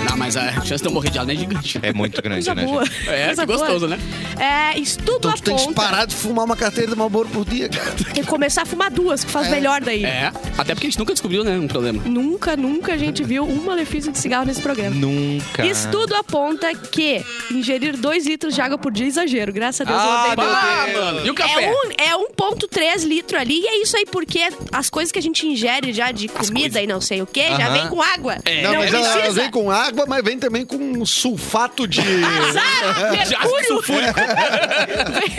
Não, mas a chance de eu morrer de alma é gigante. É muito grande, Coisa né, boa. gente? É, Coisa que gostoso, boa. né? É, estudo Então tu tem que aponta. parar de fumar uma carteira de Malboro por dia, cara. Tem que começar a fumar duas, que faz melhor daí. É, até porque a gente nunca descobriu, né, um problema. Nunca, nunca a gente viu um malefício de cigarro nesse programa. Nunca. Estudo aponta que ingerir 2 litros de água por dia é exagero. Graças a Deus, Ah, eu odeio. meu Ah, Deus. mano, e o café? É, um, é 1,3 litro ali, e é isso aí, porque as coisas que a gente ingere já de comida e não sei o que, já Aham. vem com água. É. Não, Não, mas ela, ela precisa. vem com água, mas vem também com um sulfato de. Azar, Já mercúrio. É, sulfúrico.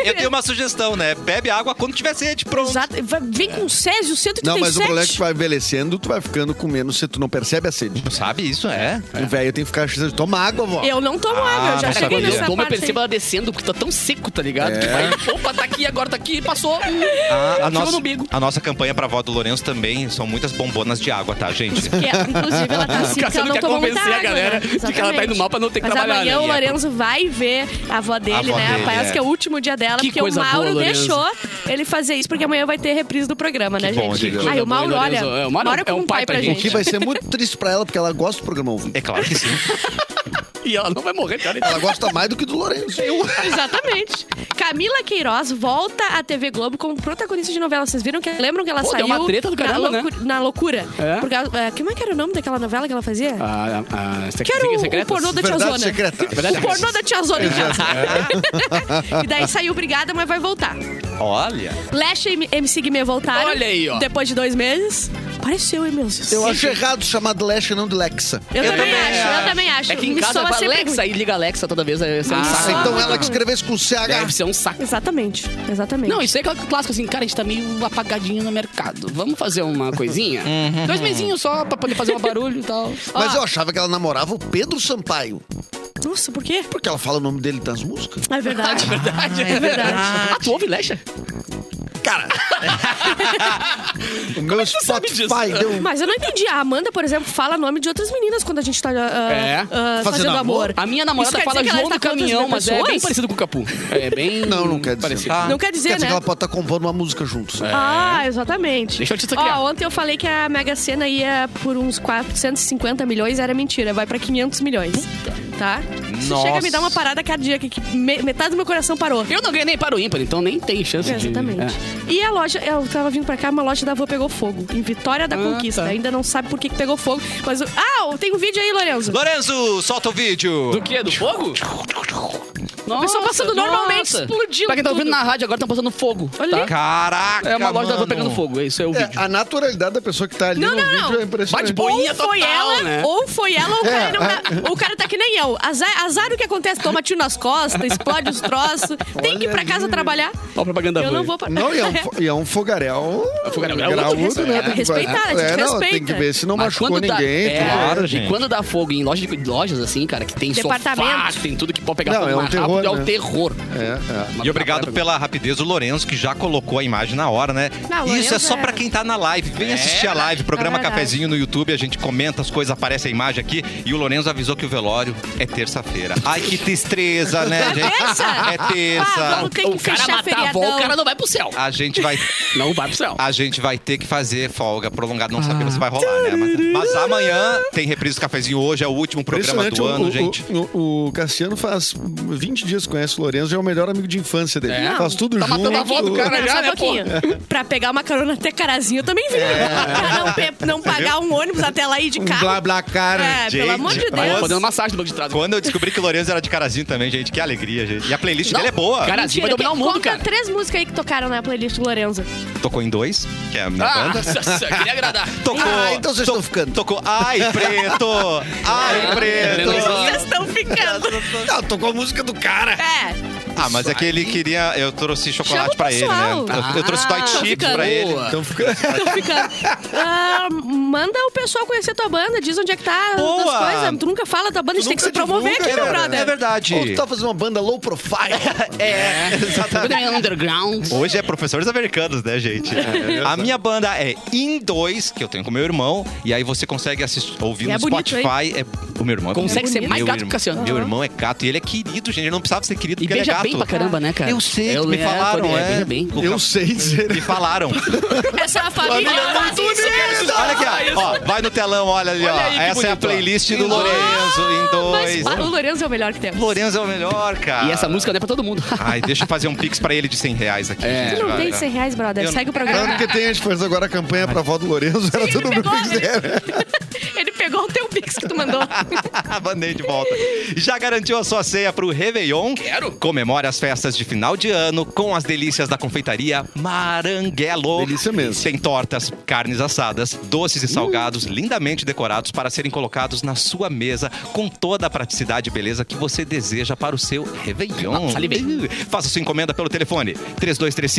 Eu tenho uma sugestão, né? Bebe água quando tiver sede, um pronto. Exato. Vai- Vem com Césio 137. Não, mas o problema é que tu vai envelhecendo, tu vai ficando com menos, se tu não percebe a sede. Sabe isso, é? O velho tem que ficar achando, toma água, vó. Eu não tomo Ah, água, eu já Quando não cheguei sabia. nessa eu tomo, é eu parte percebo ela descendo, porque tá tão seco, tá ligado? Que vai, opa, tá aqui, agora tá aqui, passou. Ah, A, a Chegou nossa, no umbigo. a nossa campanha pra vó do Lourenço também são muitas bombonas de água, tá, gente? aí. Que é, inclusive, ela tá assim, porque Cassiano ela não quer tomou muita é convencer a água, galera né? de que ela tá indo mal pra não ter que Mas trabalhar, amanhã né? o Lorenzo vai ver a avó dele, avó né? dele, Parece é. que é o último dia dela, Que porque o coisa boa, Mauro Lorenzo. deixou ele fazer isso, porque amanhã vai ter reprise do programa, né, bom, gente? gente. Coisa Aí o boa, Mauro, olha, Lorenzo. É, o Mauro Mauro é um como pai pra pra gente. O que vai ser muito triste pra ela, porque ela gosta do programa ouvinte. É claro que sim. E ela não vai morrer, cara. então. Ela gosta mais do que do Lourenço. É Exatamente. Camila Queiroz volta à TV Globo como protagonista de novela. Vocês viram que lembram que ela Pô, saiu deu uma treta do caramba, né? na, loucu- na loucura? É. Por causa- é, como é que era o nome daquela novela que ela fazia? Ah, ah, ah, sec- Que era o- secretas? o pornô da Verdade tiazona. secreta. Verdade é. O secretas. pornô da Tia Zona, então. E daí saiu brigada, mas vai voltar. Olha. Lash e MC Guimê voltaram. Olha aí, ó. Depois de dois meses. Pareceu, hein, meu Deus. Eu acho errado chamar de Lesh e não de Lexa. Eu, Eu também também acho, eu também acho. É que em Me casa soa vai sempre Alexa e liga Alexa toda vez, é ser um Ah, saco. então ela que escrevesse com CH. É. Deve ser um saco. Exatamente, exatamente. Não, isso aí é aquela clássica assim, cara, a gente tá meio apagadinho no mercado. Vamos fazer uma coisinha? Dois mesinhos só pra poder fazer um barulho e tal. Ah, Mas Ó. eu achava que ela namorava o Pedro Sampaio. Nossa, por quê? Porque ela fala o nome dele das músicas. É verdade. Verdade. É verdade. Ah, tu ouve Lecha? Cara. o é meu Spotify deu um Mas eu não entendi. A Amanda, por exemplo, fala nome de outras meninas quando a gente tá ah, É. ah, Fazendo fazendo, amor. amor. A minha namorada Isso quer fala dizer que ela João tá do com outras Caminhão, mas é pessoas? bem parecido com o Capu. É bem Não, não quer dizer. parecido. Ah. Não quer dizer, Quer dizer né? que ela pode estar compondo uma música juntos. Ah, exatamente. É. Deixa eu te Ó, criar. ontem eu falei que a Mega Sena ia por uns 450 milhões, era mentira, vai pra 500 milhões. Tá? Isso Nossa. chega a me dar uma parada cardíaca que me- metade do meu coração parou. Ah, Eu não ganhei nem para o ímpar, então nem tem chance de... Exatamente. É. E a loja, eu tava vindo pra cá, uma loja da Avô pegou fogo. Em Vitória da Ah, Conquista. tá. Ainda não sabe por que, que pegou fogo. Mas. o- Ah, tem um vídeo aí, Lorenzo. Lorenzo, solta o vídeo. É. Do quê? Do fogo? Nossa, pessoa passando normalmente, explodindo Pra quem tá tudo. ouvindo na rádio agora, estão passando fogo. Olha tá? ali. Caraca, É uma loja da mano. rua pegando fogo, é isso, é o É, vídeo. a naturalidade da pessoa que tá ali Não, no não, vídeo não. é Bate impressionante. boinha. Ou foi total, ela, né? ou foi ela, ou o cara não tá- O cara tá que nem eu. Azar, azar o que acontece, toma tiro nas costas, explode os troços. Tem que ir pra Olha casa ali. trabalhar. Olha Tá a propaganda Eu não ruim. vou pra. Não, e é um, fo- e é um fogaréu. É um fogaréu graúdo, né? Tem que- Respeitar, a gente é, não, Tem respeita. que ver se não Mas machucou quando dá- ninguém. é, tudo. Claro, e gente. quando dá fogo em lojas, lojas assim, cara, que tem sofá, Departamento. que tem tudo que pode pegar Não, fogo é um mais terror, rápido, é né? o terror. É, E obrigado pela rapidez do Lourenço, que já colocou a imagem na hora, né? Não, o Isso é Lourenço só é- pra quem tá na live. Vem assistir a live, programa É verdade. Cafezinho no YouTube, a gente comenta as coisas, aparece a imagem aqui. E o Lourenço avisou que o velório é terça-feira. Ai, que tristeza, né, gente? terça? É terça. Ah, vamos ter O que cara fechar matar a avó, feriadão. o cara não vai pro céu. A gente vai Não vai pro céu. a gente vai ter que fazer folga prolongada, não sabemos se vai rolar, né? Mas, mas amanhã tem reprise do cafezinho hoje, é o último programa Impressionante, do o, ano, o- gente. O, o Cassiano faz 20 dias que conhece o Lourenço, já é o melhor amigo de infância dele. É? Faz tudo Tá junto. matando a avó do cara. Não, Já, só um né, É. pouquinho. Pra pegar uma carona até Carazinho, eu também vi. Pra não, pe- não pagar um ônibus até lá e ir de Um carro. blá blá cara. é, gente, pelo amor de olha, Vai Deus. fazendo massagem no banco de trás. Quando eu descobri que o Lourenço era de carazinho também, gente, que alegria, gente. E a playlist Não, dele é boa. cara- Carazinho vai dominar o mundo, Conta cara. três músicas aí que tocaram na playlist do Lorenzo. Tocou em dois, que é a minha Ah, banda. queria agradar. Tocou. Ah, então vocês to- estão ficando. Tocou. Ai, preto! Ai, preto! Vocês estão ficando. Não, tocou a música do cara. É, Ah, mas é que ele queria. Eu trouxe Chama chocolate o pra ele, né? pessoal. Eu, eu trouxe Ah, Toy tô Chips ficando. pra ele. Boa. Então fica. estão ficando. Ah, manda o pessoal conhecer tua banda, diz onde é que tá, Boa. outras coisas. Tu nunca fala da banda, a gente tem que se promover aqui, meu brother. É verdade. Ou tu tá fazendo uma banda low profile. É, Quando exatamente. é underground. Hoje é professores americanos, né, gente? é a minha é banda é In 2, que eu tenho com meu irmão, e aí você consegue assistir, ouvir E é no bonito, Spotify. É O meu irmão é Consegue bonito. ser mais Meu gato que irmão- o Cassiano. Meu irmão é gato e ele é querido, gente. Ele não precisava ser querido E porque ele é beija gato. bem pra caramba, né, cara? Eu sei, É, me é, falaram, é, é. beija bem. O Eu cap- sei dizer. Me falaram. Essa É família é tá faz isso. Olha aqui, ó. Ó, Vai no telão, olha ali, ó. Olha aí que Essa é a bonito, ó. Ah, playlist do Em Lorenzo em Mas dois. pá, o Lourenço é o melhor que temos. Lorenzo é o melhor, cara. E essa música não é pra todo mundo. Ai, deixa eu fazer um pix pra ele de 100 reais aqui. É. gente, Tu não vai, tem vai. 100 reais, brother. Eu- Segue o programa. Claro que tem, a gente fez agora a campanha pra vó do Lourenço, era Ele todo mundo pegou, que quiser. Ele pegou o teu pix que tu mandou. Mandei de volta. Já garantiu a sua ceia pro Réveillon? Quero. Comemore as festas de final de ano com as delícias da confeitaria Maranguelo. Delícia mesmo. Tem tortas, carnes assadas, doces e salgados lindamente decorados para serem colocados na sua mesa com toda a praticidade e beleza que você deseja para o seu Réveillon. Ah, salivei. Uh, Faça sua encomenda pelo telefone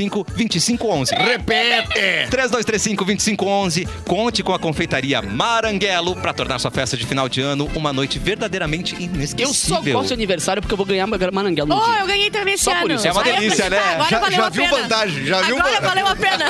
3235-2511. Repete! 3235-2511. Conte com a confeitaria Maranguelo para tornar sua festa de final de ano uma noite verdadeiramente inesquecível. Eu só gosto de aniversário porque eu vou ganhar meu maranguelo no Oh, dia. eu ganhei também esse Só ano. por isso, é uma Aí eu delícia, pensei, né? "Ah, Agora Já- valeu já a viu pena. vantagem, já viu Agora vantagem. valeu a pena.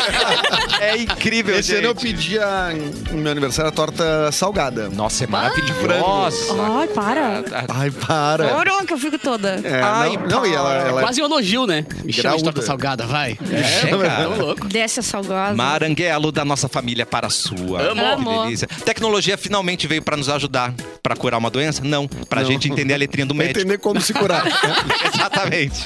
É incrível, Esse gente. ano eu pedi a, no meu aniversário a torta salgada. Nossa, é maravilhoso. maravilhosa. Ai, para. Ai, para. Bronca, um eu fico toda. É, Ai, não, não, e ela, ela Quase um elogio, né? Me chama de Graúda. torta salgada, vai. É, cara. Tô louco. Desce a salgosa. Maranguelo da nossa família para a sua. Amo. Que Amo. delícia. Tecnologia finalmente veio para nos ajudar. Para curar uma doença? Não. Para a gente entender a letrinha do pra médico. entender como se curar. Exatamente.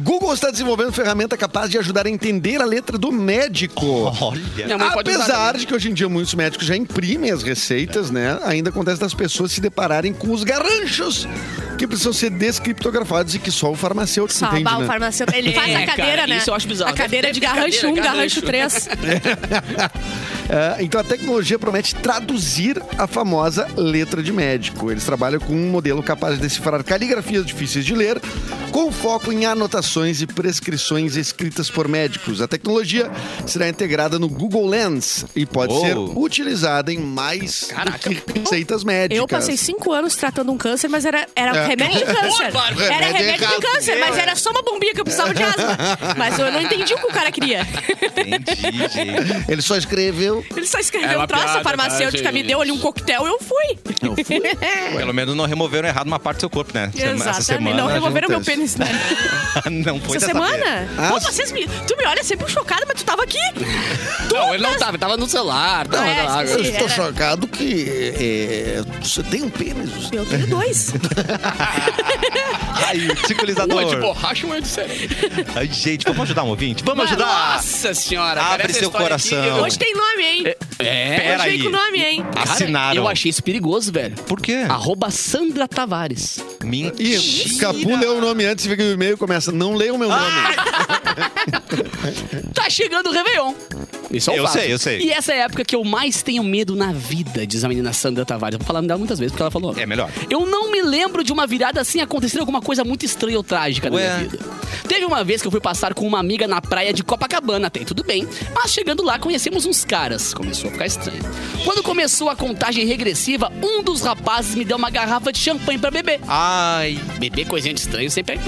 Google está desenvolvendo ferramenta capaz de ajudar a entender a letra do médico. Olha. Minha mãe pode usar Apesar também. de que hoje em dia muitos médicos já imprimem as receitas, né? Ainda acontece das pessoas se depararem com os garranchos que precisam ser descriptografados e que só o farmacêutico Só entende, bah, o né? farmacêutico. Ele faz a cara, cadeira, né? isso eu acho bizarro. A cadeira Deve de ter garrancho 1, cadeira, garrancho garrancho. 3. É, então a tecnologia promete traduzir a famosa letra de médico. Eles trabalham com um modelo capaz de decifrar caligrafias difíceis de ler, com foco em anotações e prescrições escritas por médicos. A tecnologia será integrada no Google Lens e pode Uou. ser utilizada em mais Caraca. do que receitas médicas. Eu passei cinco anos tratando um câncer, mas era, era É. remédio de câncer. Bárbaro. Era Remédio de remédio de câncer. câncer, mas era só uma bombinha que eu precisava de asma. Mas eu não entendi o que o cara queria. Entendi, gente. Ele só escreveu. Ele só É escreveu uma um troço, piada, a farmacêutica tá, me gente? deu ali um coquetel e eu fui. Eu fui. Pelo menos não removeram errado uma parte do seu corpo, né? Essa Exatamente. semana. Não né, removeram meu juntas. pênis, né? Não foi Essa dessa vez. semana? Ah, Pô, sim. vocês me, tu me olha sempre chocado, mas tu tava aqui. Não, ele não tava, ele tava no celular. Tava É, lá. esqueci. Eu estou era- chocado que é, você tem um pênis. Eu tenho dois. Ai, Um ticulizador. é de borracha, um é de cereja. Ai, gente, vamos ajudar um ouvinte? Vamos ajudar! Nossa senhora. Abre cara, essa seu história aqui, coração. eu- Hoje tem nome, hein? É. Pera Hoje aí. vem com nome, hein? Cara, Assinaram. Ah, Eu achei isso perigoso, velho. Por quê? Arroba Sandra Tavares. Mentira. Ih, Capu leu é o nome antes, fica o e-mail e começa. Não leia o meu Ah, nome. Tá chegando o Réveillon. Isso é um Eu fato. sei, eu sei. E essa é a época que eu mais tenho medo na vida, diz a menina Sandra Tavares. Eu vou falar dela muitas vezes, porque ela falou. É melhor. Eu não me lembro de uma virada assim acontecer alguma coisa muito estranha ou trágica Ué. na minha vida. Teve uma vez que eu fui passar com uma amiga na praia de Copacabana, até aí tudo bem. Mas chegando lá, conhecemos uns caras. Começou a ficar estranho. Quando começou a contagem regressiva, um dos rapazes me deu uma garrafa de champanhe pra beber. Ai, Beber coisinha de estranho sempre é...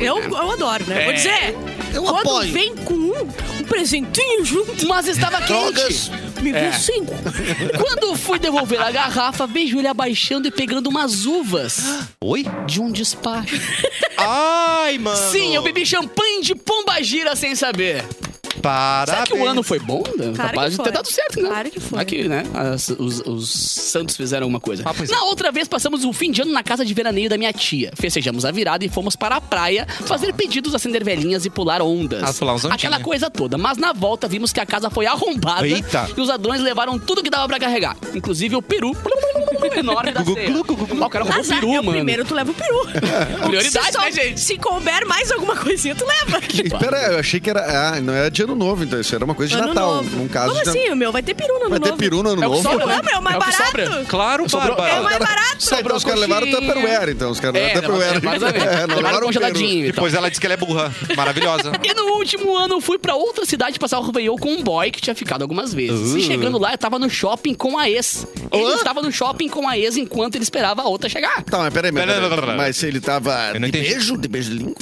Eu, eu adoro, né? É. Vou dizer. Eu quando apoio. vem com um, um presentinho junto, Mas estava quente. Drogas. me assim, deu É. cinco. Quando fui devolver a garrafa, vejo ele abaixando e pegando umas uvas oi? de um despacho. Ai, mano. Sim, eu bebi champanhe de pomba gira sem saber. Parabéns. Será que o ano foi bom? Né? Claro Capaz que de foi. ter dado certo, né? Claro que foi. Aqui, né? as- os, os santos fizeram alguma coisa. Ah, pois é. na outra vez, passamos o fim de ano na casa de veraneio da minha tia. Festejamos a virada e fomos para a praia fazer pedidos, acender velhinhas e pular ondas. Ah, pular uns ondinhas. Aquela coisa toda. Mas na volta, vimos que a casa foi arrombada. Eita. E os ladrões levaram tudo que dava pra carregar. Inclusive o peru. enorme da Gugu, ceia. gugu, gugu. Ó, o cara roubou o Azar, peru, é o mano. primeiro tu leva o peru. Prioridade, se só- né, gente? Se couber mais alguma coisinha, tu leva. Pera, eu achei que era. Ah, não era de ano novo, então. Isso era uma coisa de Ano Natal. novo. Num caso Como de... assim? O meu vai ter peru no ano Vai ter novo. peru no ano É o que novo. sobra, né? Não, é o mais É o que barato. sobra. Claro, Sobrou- Bárbara. É mais barato. Tá, então os caras levaram coxinha. Tupperware, então. Os caras É, levaram Tupperware. mais ou menos. É, não Levaram levaram o peru. congeladinho e tal. Depois ela disse que ela é burra. Maravilhosa. E no último ano eu fui pra outra cidade passar o Réveillon com um boy que tinha ficado algumas vezes. Uh. E chegando lá, eu tava no shopping com a ex. Ele estava no shopping com a ex enquanto ele esperava a outra chegar. Tá, mas peraí, mas, Pera, pera, pera. mas ele tava Eu não de entendi. beijo? De beijo de língua?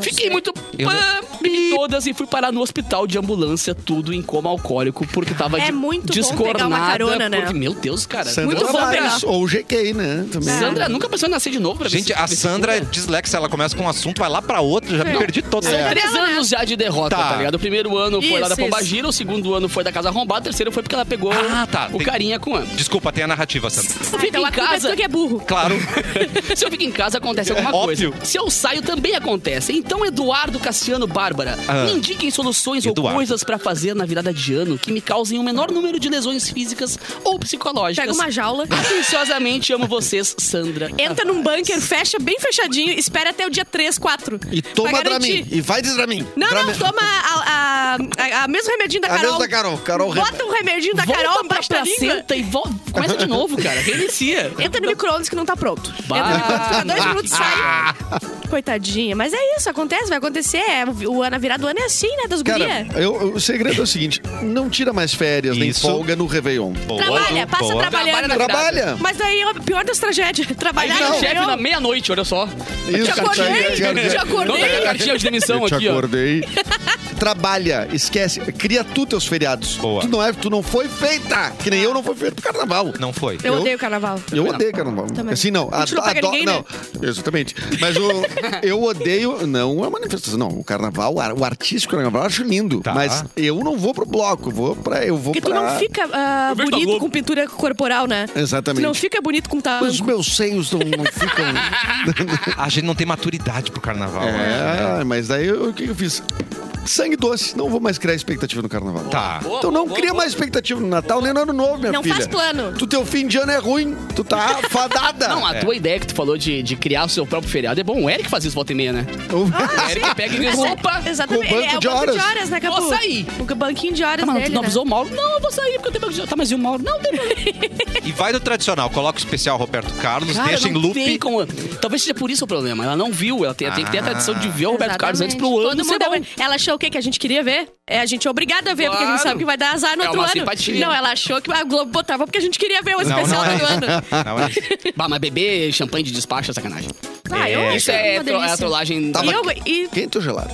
Fiquei muito Eu não- pã, em todas e fui parar no hospital de ambulância, tudo em coma alcoólico, porque tava É de- muito bom descornada. pegar uma carona, né? porque- meu Deus, cara. Sandra muito bom pegar. Tavares, ou GK, né? Também. É. Sandra nunca pensou em nascer de novo pra ver Gente, se- a ver se Sandra é cura. dislexa, ela começa com um assunto, vai lá pra outro, É. já me perdi todo. São três anos já de derrota, é- Tá. tá, ligado? O primeiro ano foi lá da Isso, Pombagira, o segundo ano foi da Casa Arrombada, o terceiro foi porque ela pegou Ah, tá. o Tem- carinha com a. é- Desculpa, tem a narrativa, Sandra. Eu fico então em a culpa casa. é tu que é burro. Claro. Se eu fico em casa, acontece alguma É óbvio. coisa. Se eu saio, também acontece. Então, Eduardo, Cassiano, Bárbara, Ah. me indiquem soluções ou Eduardo. coisas pra fazer na virada de ano que me causem o menor número de lesões físicas ou psicológicas. Pega uma jaula. Atenciosamente amo vocês, Sandra. Ah. Entra num bunker, fecha bem fechadinho, espera até o dia 3, 4. E toma Dramin. E vai de Dramin. Não, Dramin. não, toma a, a, a, a mesmo remedinho da A Carol. mesma da Carol. Carol rem- Bota o remedinho da Volta Carol pra embaixo da língua. placenta e volta. Começa de novo, cara. Reinicia. Entra no micro-ondas que não tá pronto. Bah. Entra no micro-ondas, fica dois minutos sai. Coitadinha. Mas é isso, acontece, vai acontecer. É, o- o ano virado do ano é assim, né, das Cara, gurias? eu- eu- o segredo é o seguinte: não tira mais férias, nem Isso. folga no Réveillon. Boa, Trabalha, passa boa. trabalhando. Trabalha na virada. Trabalha! Mas daí é o pior das tragédias. Aí Trabalhar vem no o chefe verão. na meia-noite, olha só. Isso, Te te acordei, acordei. te Não, tá com a acordei. cartinha de demissão Eu te aqui, ó. acordei. Trabalha, esquece, cria tu teus feriados. Boa. Tu não, é, tu não foi feita, que nem eu não fui feito pro carnaval. Não foi. Eu Eu- odeio carnaval. Eu odeio carnaval. Também. Assim, não. A gente não pega ninguém, né? Não, exatamente. Mas o, eu odeio. Não é manifestação, não. O carnaval, o ar- o artístico carnaval, eu acho lindo. Tá. Mas eu não vou pro bloco, vou pra. Eu vou Porque tu pra... não fica ah, Eu vejo tua bonito Globo. com pintura corporal, né? Exatamente. Tu não fica bonito com Os tamanho. meus seios não, não ficam. A gente não tem maturidade pro carnaval. né? é, mas daí eu- o que eu fiz? Sangue doce, não vou mais criar expectativa no carnaval. Tá. Boa, Então não boa, cria boa. mais expectativa no Natal nem no Ano Novo, minha Não filha. faz plano. Tu, teu fim de ano é ruim, tu tá fadada. Não, a tua ideia que tu falou de, de criar o seu próprio feriado é bom. O Eric faz isso volta e meia, né? Eu- O Eric pega e diz, opa, é Exatamente. com banco é, é de o banco de horas. horas, né, Capu? Vou sair. O banquinho de horas Tá, mas tu dele, não né? avisou o Mauro? Não, eu vou sair porque eu tenho banco de horas. Tá, mas e o Mauro? Não, tem problema. E vai no tradicional, coloca o especial Roberto Carlos, Cara, deixa em não loop. tem como- Talvez seja por isso o problema. Ela não viu. Ela tem, tem que ter a tradição de ver o Roberto Carlos antes pro Exatamente. ano ser Todo mundo bom. é- Ela achou o quê? Que a gente queria ver? É, a gente é obrigado a ver, porque a gente Claro. sabe que vai dar azar no É outro uma ano. simpatia. Não, ela achou que a Globo botava porque a gente queria ver o Não, especial não é. do ano. Não, é isso. Bah, mas beber champanhe de despacho é sacanagem. Ah, eu Isso acho é, uma tro- é delícia. a trollagem... Tá E, eu, e Quente ou gelado?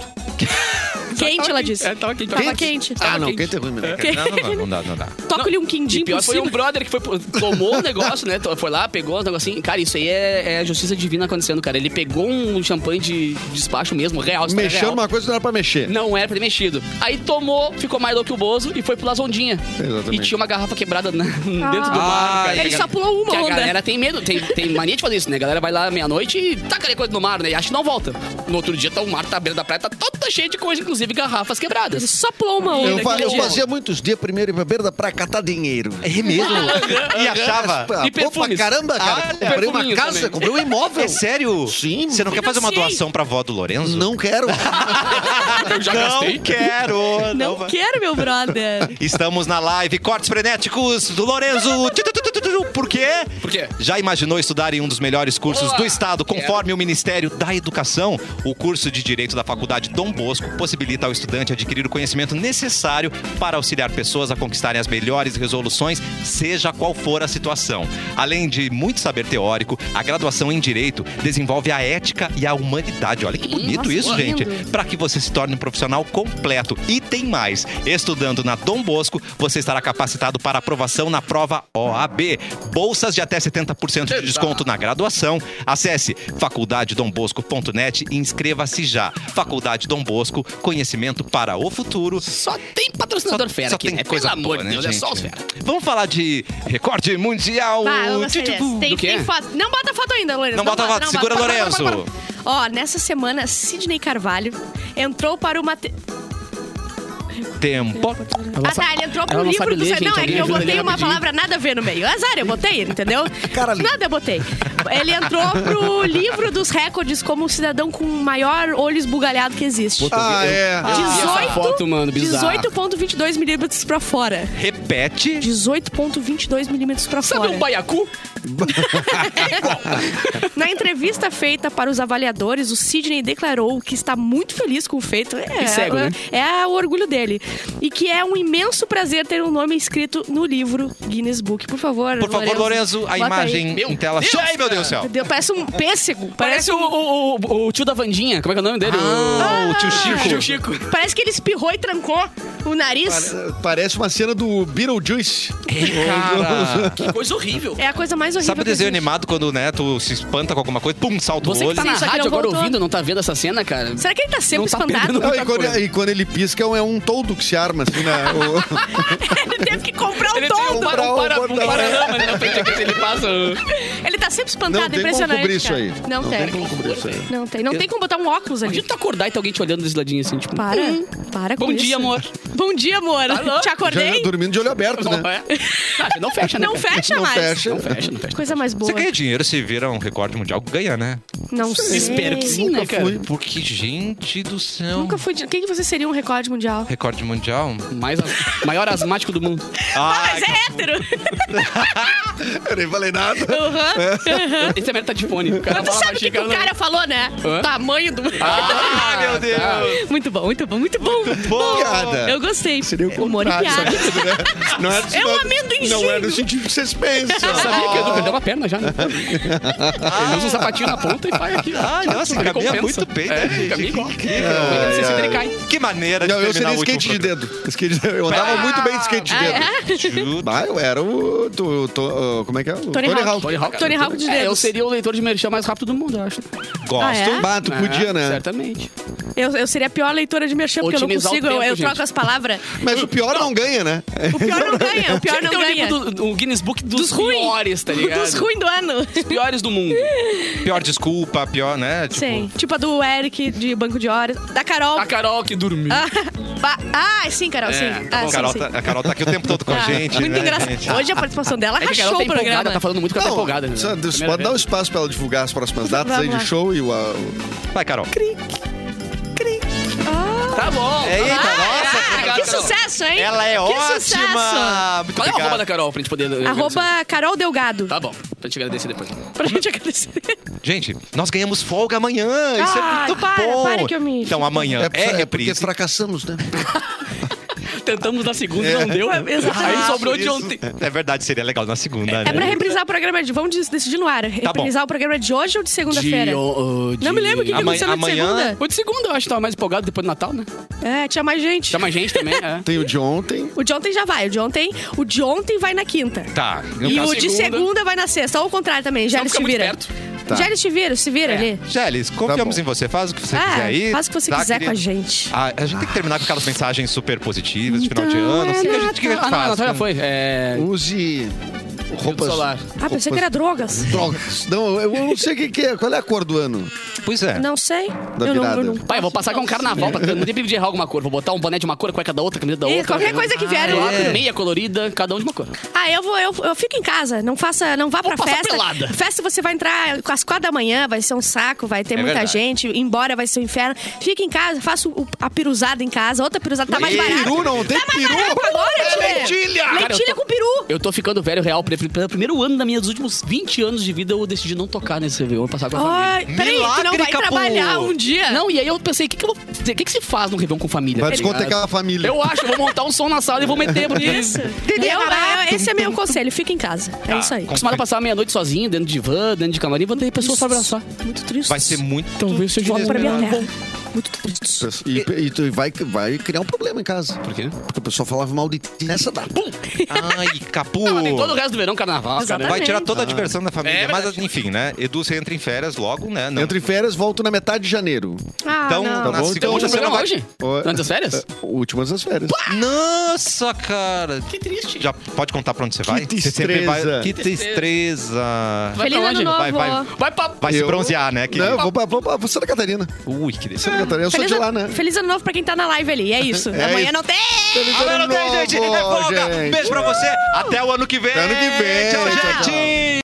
quente, ela disse. É, tava quente. Tava quente. Ah, Tava não, quente. quente é ruim mesmo. não, não, não dá, não dá. Toca-lhe um quindim E pior por foi um cima. brother que foi, tomou o negócio, né? Foi lá, pegou os negocinhos. Cara, isso aí é, é justiça divina acontecendo, cara. Ele pegou um champanhe de despacho mesmo, real. isso é Mexendo real. uma coisa que não era pra mexer. Não era pra ter mexido. Aí tomou, ficou mais louco que o Bozo e foi pro Lazondinha. Exatamente. E tinha uma garrafa quebrada na- dentro do mar. Ah. Cara, Ele é Que a só galera- pulou uma que onda. A galera tem medo, tem, tem mania de fazer isso, né? A galera vai lá meia-noite e taca ali coisa no mar, né? E acha que não volta. No outro dia, tá, o mar tá à beira da praia, tá toda cheia de coisa, inclusive garrafas Ele quebradas. só pulou uma onda. Eu, fa- eu aquele dia. fazia muitos dias primeiro ir pra beira da praia catar dinheiro. É mesmo? e achava? Pô, pra perfumes. caramba, cara. Olha. comprei uma Perfuminhos casa, também. comprei um imóvel. É sério? Sim. Você não quer fazer uma Financiei. doação pra avó do Lorenzo? Não quero. Eu já Não quero. Não vai. quero, meu brother. Estamos na live Cortes Frenéticos do Lorenzo. Tu, tu, tu, tu, tu, tu. Por quê? Por quê? Já imaginou estudar em um dos melhores cursos Boa! do Estado, conforme o Ministério da Educação? O curso de Direito da Faculdade Dom Bosco possibilita ao estudante adquirir o conhecimento necessário para auxiliar pessoas a conquistarem as melhores resoluções, seja qual for a situação. Além de muito saber teórico, a graduação em Direito desenvolve a ética e a humanidade. Olha que bonito nossa, isso, que gente. lindo. Para que você se torne um profissional completo. E tem mais. Estudando na Dom Bosco, você estará capacitado para aprovação na prova OAB. Bolsas de até 70% de Eita. desconto na graduação. Acesse faculdadedombosco.net e inscreva-se já. Faculdade Dom Bosco, conhecimento para o futuro. Só tem patrocinador fera Só aqui, tem né? coisa Pelo boa, amor de né, Deus, gente? é só os fera. Vamos falar de recorde mundial. Ah, eu gostei Tchutchucu. dessa. Tem, Do quê? tem foto. Não bota foto ainda, Lourenço. Não bota foto. Segura, Para, para, para, Lourenço. para, para. Ó, nessa semana, Sidney Carvalho entrou para uma... te- Tempo. ah, tá, ele entrou para ela um não livro sabe do... ler, Zé- gente, não, é alguém que ajuda ele eu botei uma rapidinho. palavra nada a ver no meio. É Azar, eu botei, entendeu? Caralho. Nada eu botei. Ele entrou pro livro dos recordes como o cidadão com o maior olho esbugalhado que existe. ah, é. eu vi essa foto, mano, bizarro. 18,22 milímetros pra fora. Repete. 18,22 milímetros pra Sabe fora. um baiacu? Na entrevista feita para os avaliadores, o Sidney declarou que está muito feliz com o feito. É, E cego, né? é, é o orgulho dele. e que é um imenso prazer ter um nome escrito no livro Guinness Book. Por favor, Por favor, Lorenzo, a bota imagem aí. em tela. Deus, Ai, meu Deus do Meu céu. Deus, parece um pêssego. Parece, Parece o, o- o- o tio da Vandinha. Como é que é o nome dele? Ah, o tio o... Chico. Tio Chico. parece que ele espirrou e trancou o nariz. Pare- Parece uma cena do Beetlejuice. Cara, Que coisa horrível. É a coisa mais horrível. sabe o que desenho existe. animado quando né, tu se espanta com alguma coisa, pum, salta Você que o olho. tá na Sim, só que rádio não agora voltou. ouvindo, não tá vendo essa cena, cara? Será que ele tá sempre Não tá espantado? perdendo- Não, Outra e, quando, coisa. e quando ele pisca, é um toldo que se arma, assim, né? O- ele teve que comprar o Ele tem um, todo. para, um, para, um Não. pararama ali na frente aqui, ele passa... Ele tá sempre espantado, Não tem como impressionante. cobrir isso cara. aí. Não, Não tem. tem como cobrir isso aí. Não tem. Não tem como botar um óculos ali. Imagina tu acordar e tem alguém te olhando desse ladinho assim, tipo... Para, para com Bom isso. dia, amor. Tá Bom dia, amor. louco? Te Já acordei? dormindo de olho aberto, né? Não é? Ah, Não fecha, né? Não cara? fecha Não mais. fecha. Não fecha, não fecha. Coisa mais boa. Você ganha dinheiro se vira um recorde mundial, ganha, né? Não sei. Espero que sim, Nunca né, cara? fui. Porque, gente do céu. Nunca fui. de- Quem que você seria um recorde mundial? Recorde mundial? Mais as- Maior asmático do mundo. Ah, Mas é hétero. Eu nem falei nada. É, Aham. Esse merda tá de fone. O cara Mas tu fala sabe o que, baixinho, que o não- cara falou, né? Hã? Tamanho do. Ah, meu Deus. tá. Muito bom, muito bom, muito bom. Bom, Piada. Eu gostei. Seria o Humor e contrário, piada. sabia, né? Não é, do- É um amendoim Não é no gêmeo. sentido que vocês pensam. Sabia que o Edu perdeu uma perna já, né? Ele usa um sapatinho na ponta e faz aqui. Ah, nossa, Uma caminha recompensa. muito bem, né, É, gente? caminha igual. ai, Você se ai. ele cai. Que maneira de É. Não, eu terminar seria o último skate de programa. dedo. Skate de- Eu andava muito bem de skate de Ah, dedo. é? Juro. Ah, eu era o. tu- tu- ah, como é que é? O Tony Hawk. Tony Hawk. Tony Hawk de É, dedos. eu seria o leitor de merchan mais rápido do mundo, eu acho. Gosto. Ah, é? Bah, tu podia, É, né? Certamente. Eu, eu seria a pior leitora de merchan, porque eu não Otimizar o consigo. eu tempo, eu troco gente. as palavras. Mas o pior não ganha, né? O pior não ganha, o pior Tem não o ganha. livro do- o Guinness Book dos, Dos ruins. piores, tá ligado? Dos ruins do ano. piores do mundo. Pior desculpa, pior, né? Tipo, é. Sim. Tipo a do Eric, de Banco de Horas. Da Carol. A Carol que dormiu. Ah, ba- ah, sim, Carol, sim. É, tá Ah, a, sim, Carol sim. tá, a Carol tá aqui o tempo todo com a Ah, gente. Muito né, gente? engraçado. Hoje a participação dela É que a rachou Carol tá o programa. empolgada, tá falando muito que ela tá empolgada. né? só- Você Primeira pode dar um vez. espaço pra ela divulgar as próximas datas aí Vamos de lá. show e o. a- o- Vai, Carol. Tá bom. É Eita, nossa, Ah, obrigado, que Carol. sucesso, hein? Ela é que ótima. Sucesso. Muito Qual é o arroba da obrigado. Carol pra gente poder... Arroba Carol Delgado. Tá bom, pra te agradecer depois. Pra gente agradecer. É Gente, nós ganhamos folga amanhã. Isso é Ah, muito para, bom. para que eu me- Então amanhã é, porque reprise. fracassamos, né? Tentamos na segunda, não deu. é exatamente. Aí sobrou de É. Isso. ontem. É verdade, seria legal na segunda, né? É pra reprisar o programa de. Vamos des- decidir no ar. reprisar o programa de hoje ou de segunda-feira? De, oh, oh, de- Não me lembro o que, que Amanhã- aconteceu na de amanhã- segunda. Foi de segunda, eu acho que tava mais empolgado depois do Natal, né? É, tinha mais gente. Chama a gente também, é. Tem o de ontem. O de ontem já vai. O de ontem, o de ontem vai na quinta. Tá. E Na o de segunda. segunda vai na sexta. Ou o contrário também. Já Não eles fica te muito viram. perto. Tá. Já eles te viram, se viram ali. Gélis, confiamos bom. em você. Faz o que você Ah, quiser aí. Tá faz o que você tá, quiser com a querida? gente. Ah, a gente tem que terminar com aquelas mensagens super positivas de final de Então ano. é O que a gente, o que a gente Ah, não, faz? né? Natal já foi. É. Use roupas. solar. Ah, pensei que era drogas. Drogas. Não, eu eu não sei o que, que é. Qual é a cor do ano? Pois é. Não sei. Da eu não, virada. eu não. Pai, eu vou passar com um carnaval pra não tem perigo de errar alguma cor. Vou botar um boné de uma cor, cueca da outra, camisa da É, outra. qualquer coisa que vier, eu- Ah, Meia colorida, cada um de uma cor. Ah, eu vou, eu, eu fico em casa. Não faça, não vá pra passar festa. pelada. Festa você vai entrar às quatro da manhã, vai ser um saco, vai ter muita verdade. gente, embora vai ser um inferno. Fica em casa, faça o- a piruzada em casa. Outra piruzada tá mais Ih, barata. Peru não tem tá mais peru? barato agora, tio. lentilha! Cara, eu tô- Lentilha com peru. Eu tô ficando velho real. pre- Pelo primeiro ano da minha, dos últimos 20 anos de vida, eu decidi não tocar nesse Réveillon. Vou passar com a família. Ai, peraí, tu não Milagre, vai Capu. trabalhar Ah, um dia? Não, e aí eu pensei, o que, que, eu vou fazer? O que, que se faz num Réveillon com família? Vai tá ligado? descontecar a família. Eu acho, eu vou montar um som na sala e vou meter porque... Isso. Eu- eu- esse é meu conselho, fica em casa. É isso aí. Acostumado a passar a meia-noite sozinho, dentro de divã, dentro de camarim, vou ter pessoas pra abraçar. Muito triste. Vai ser muito. Então, Talvez seja Volto pra minha melhor. terra. Muito triste. E, e tu vai, vai criar um problema em casa. Por quê? Porque o pessoal falava mal de ti nessa data. Pum! Ai, capu. Não, mas tem todo o resto do verão, carnaval, Exatamente. cara. Vai tirar Ah. toda a diversão da família. É Mas, verdade. enfim, né? Edu, você entra em férias logo, né? Não. Entro em férias, volto na metade de janeiro. Ah, Então, não. na bom, segunda então Hoje é Hoje o você não programa vai. hoje? Ô, Durante as férias? é, Últimas das férias. Nossa, cara. Que triste. Já pode contar pra onde você vai? Você sempre destreza. vai. Que Que destreza. Vai Feliz pra ano onde? novo. Vai, vai. Vai pra... Vai se Eu- bronzear, né? Que... É. Não, eu vou pra, vou pra Santa Catarina. Ui, que delícia. Santa Catarina. Eu sou Feliz, de lá, ano- né? feliz ano novo pra quem tá na live ali. É isso. É Amanhã isso. não tem. Feliz Amanhã não tem, gente. É folga. Beijo né? pra você. Até o ano que vem. Até ano que vem. Tchau, Tchau, gente.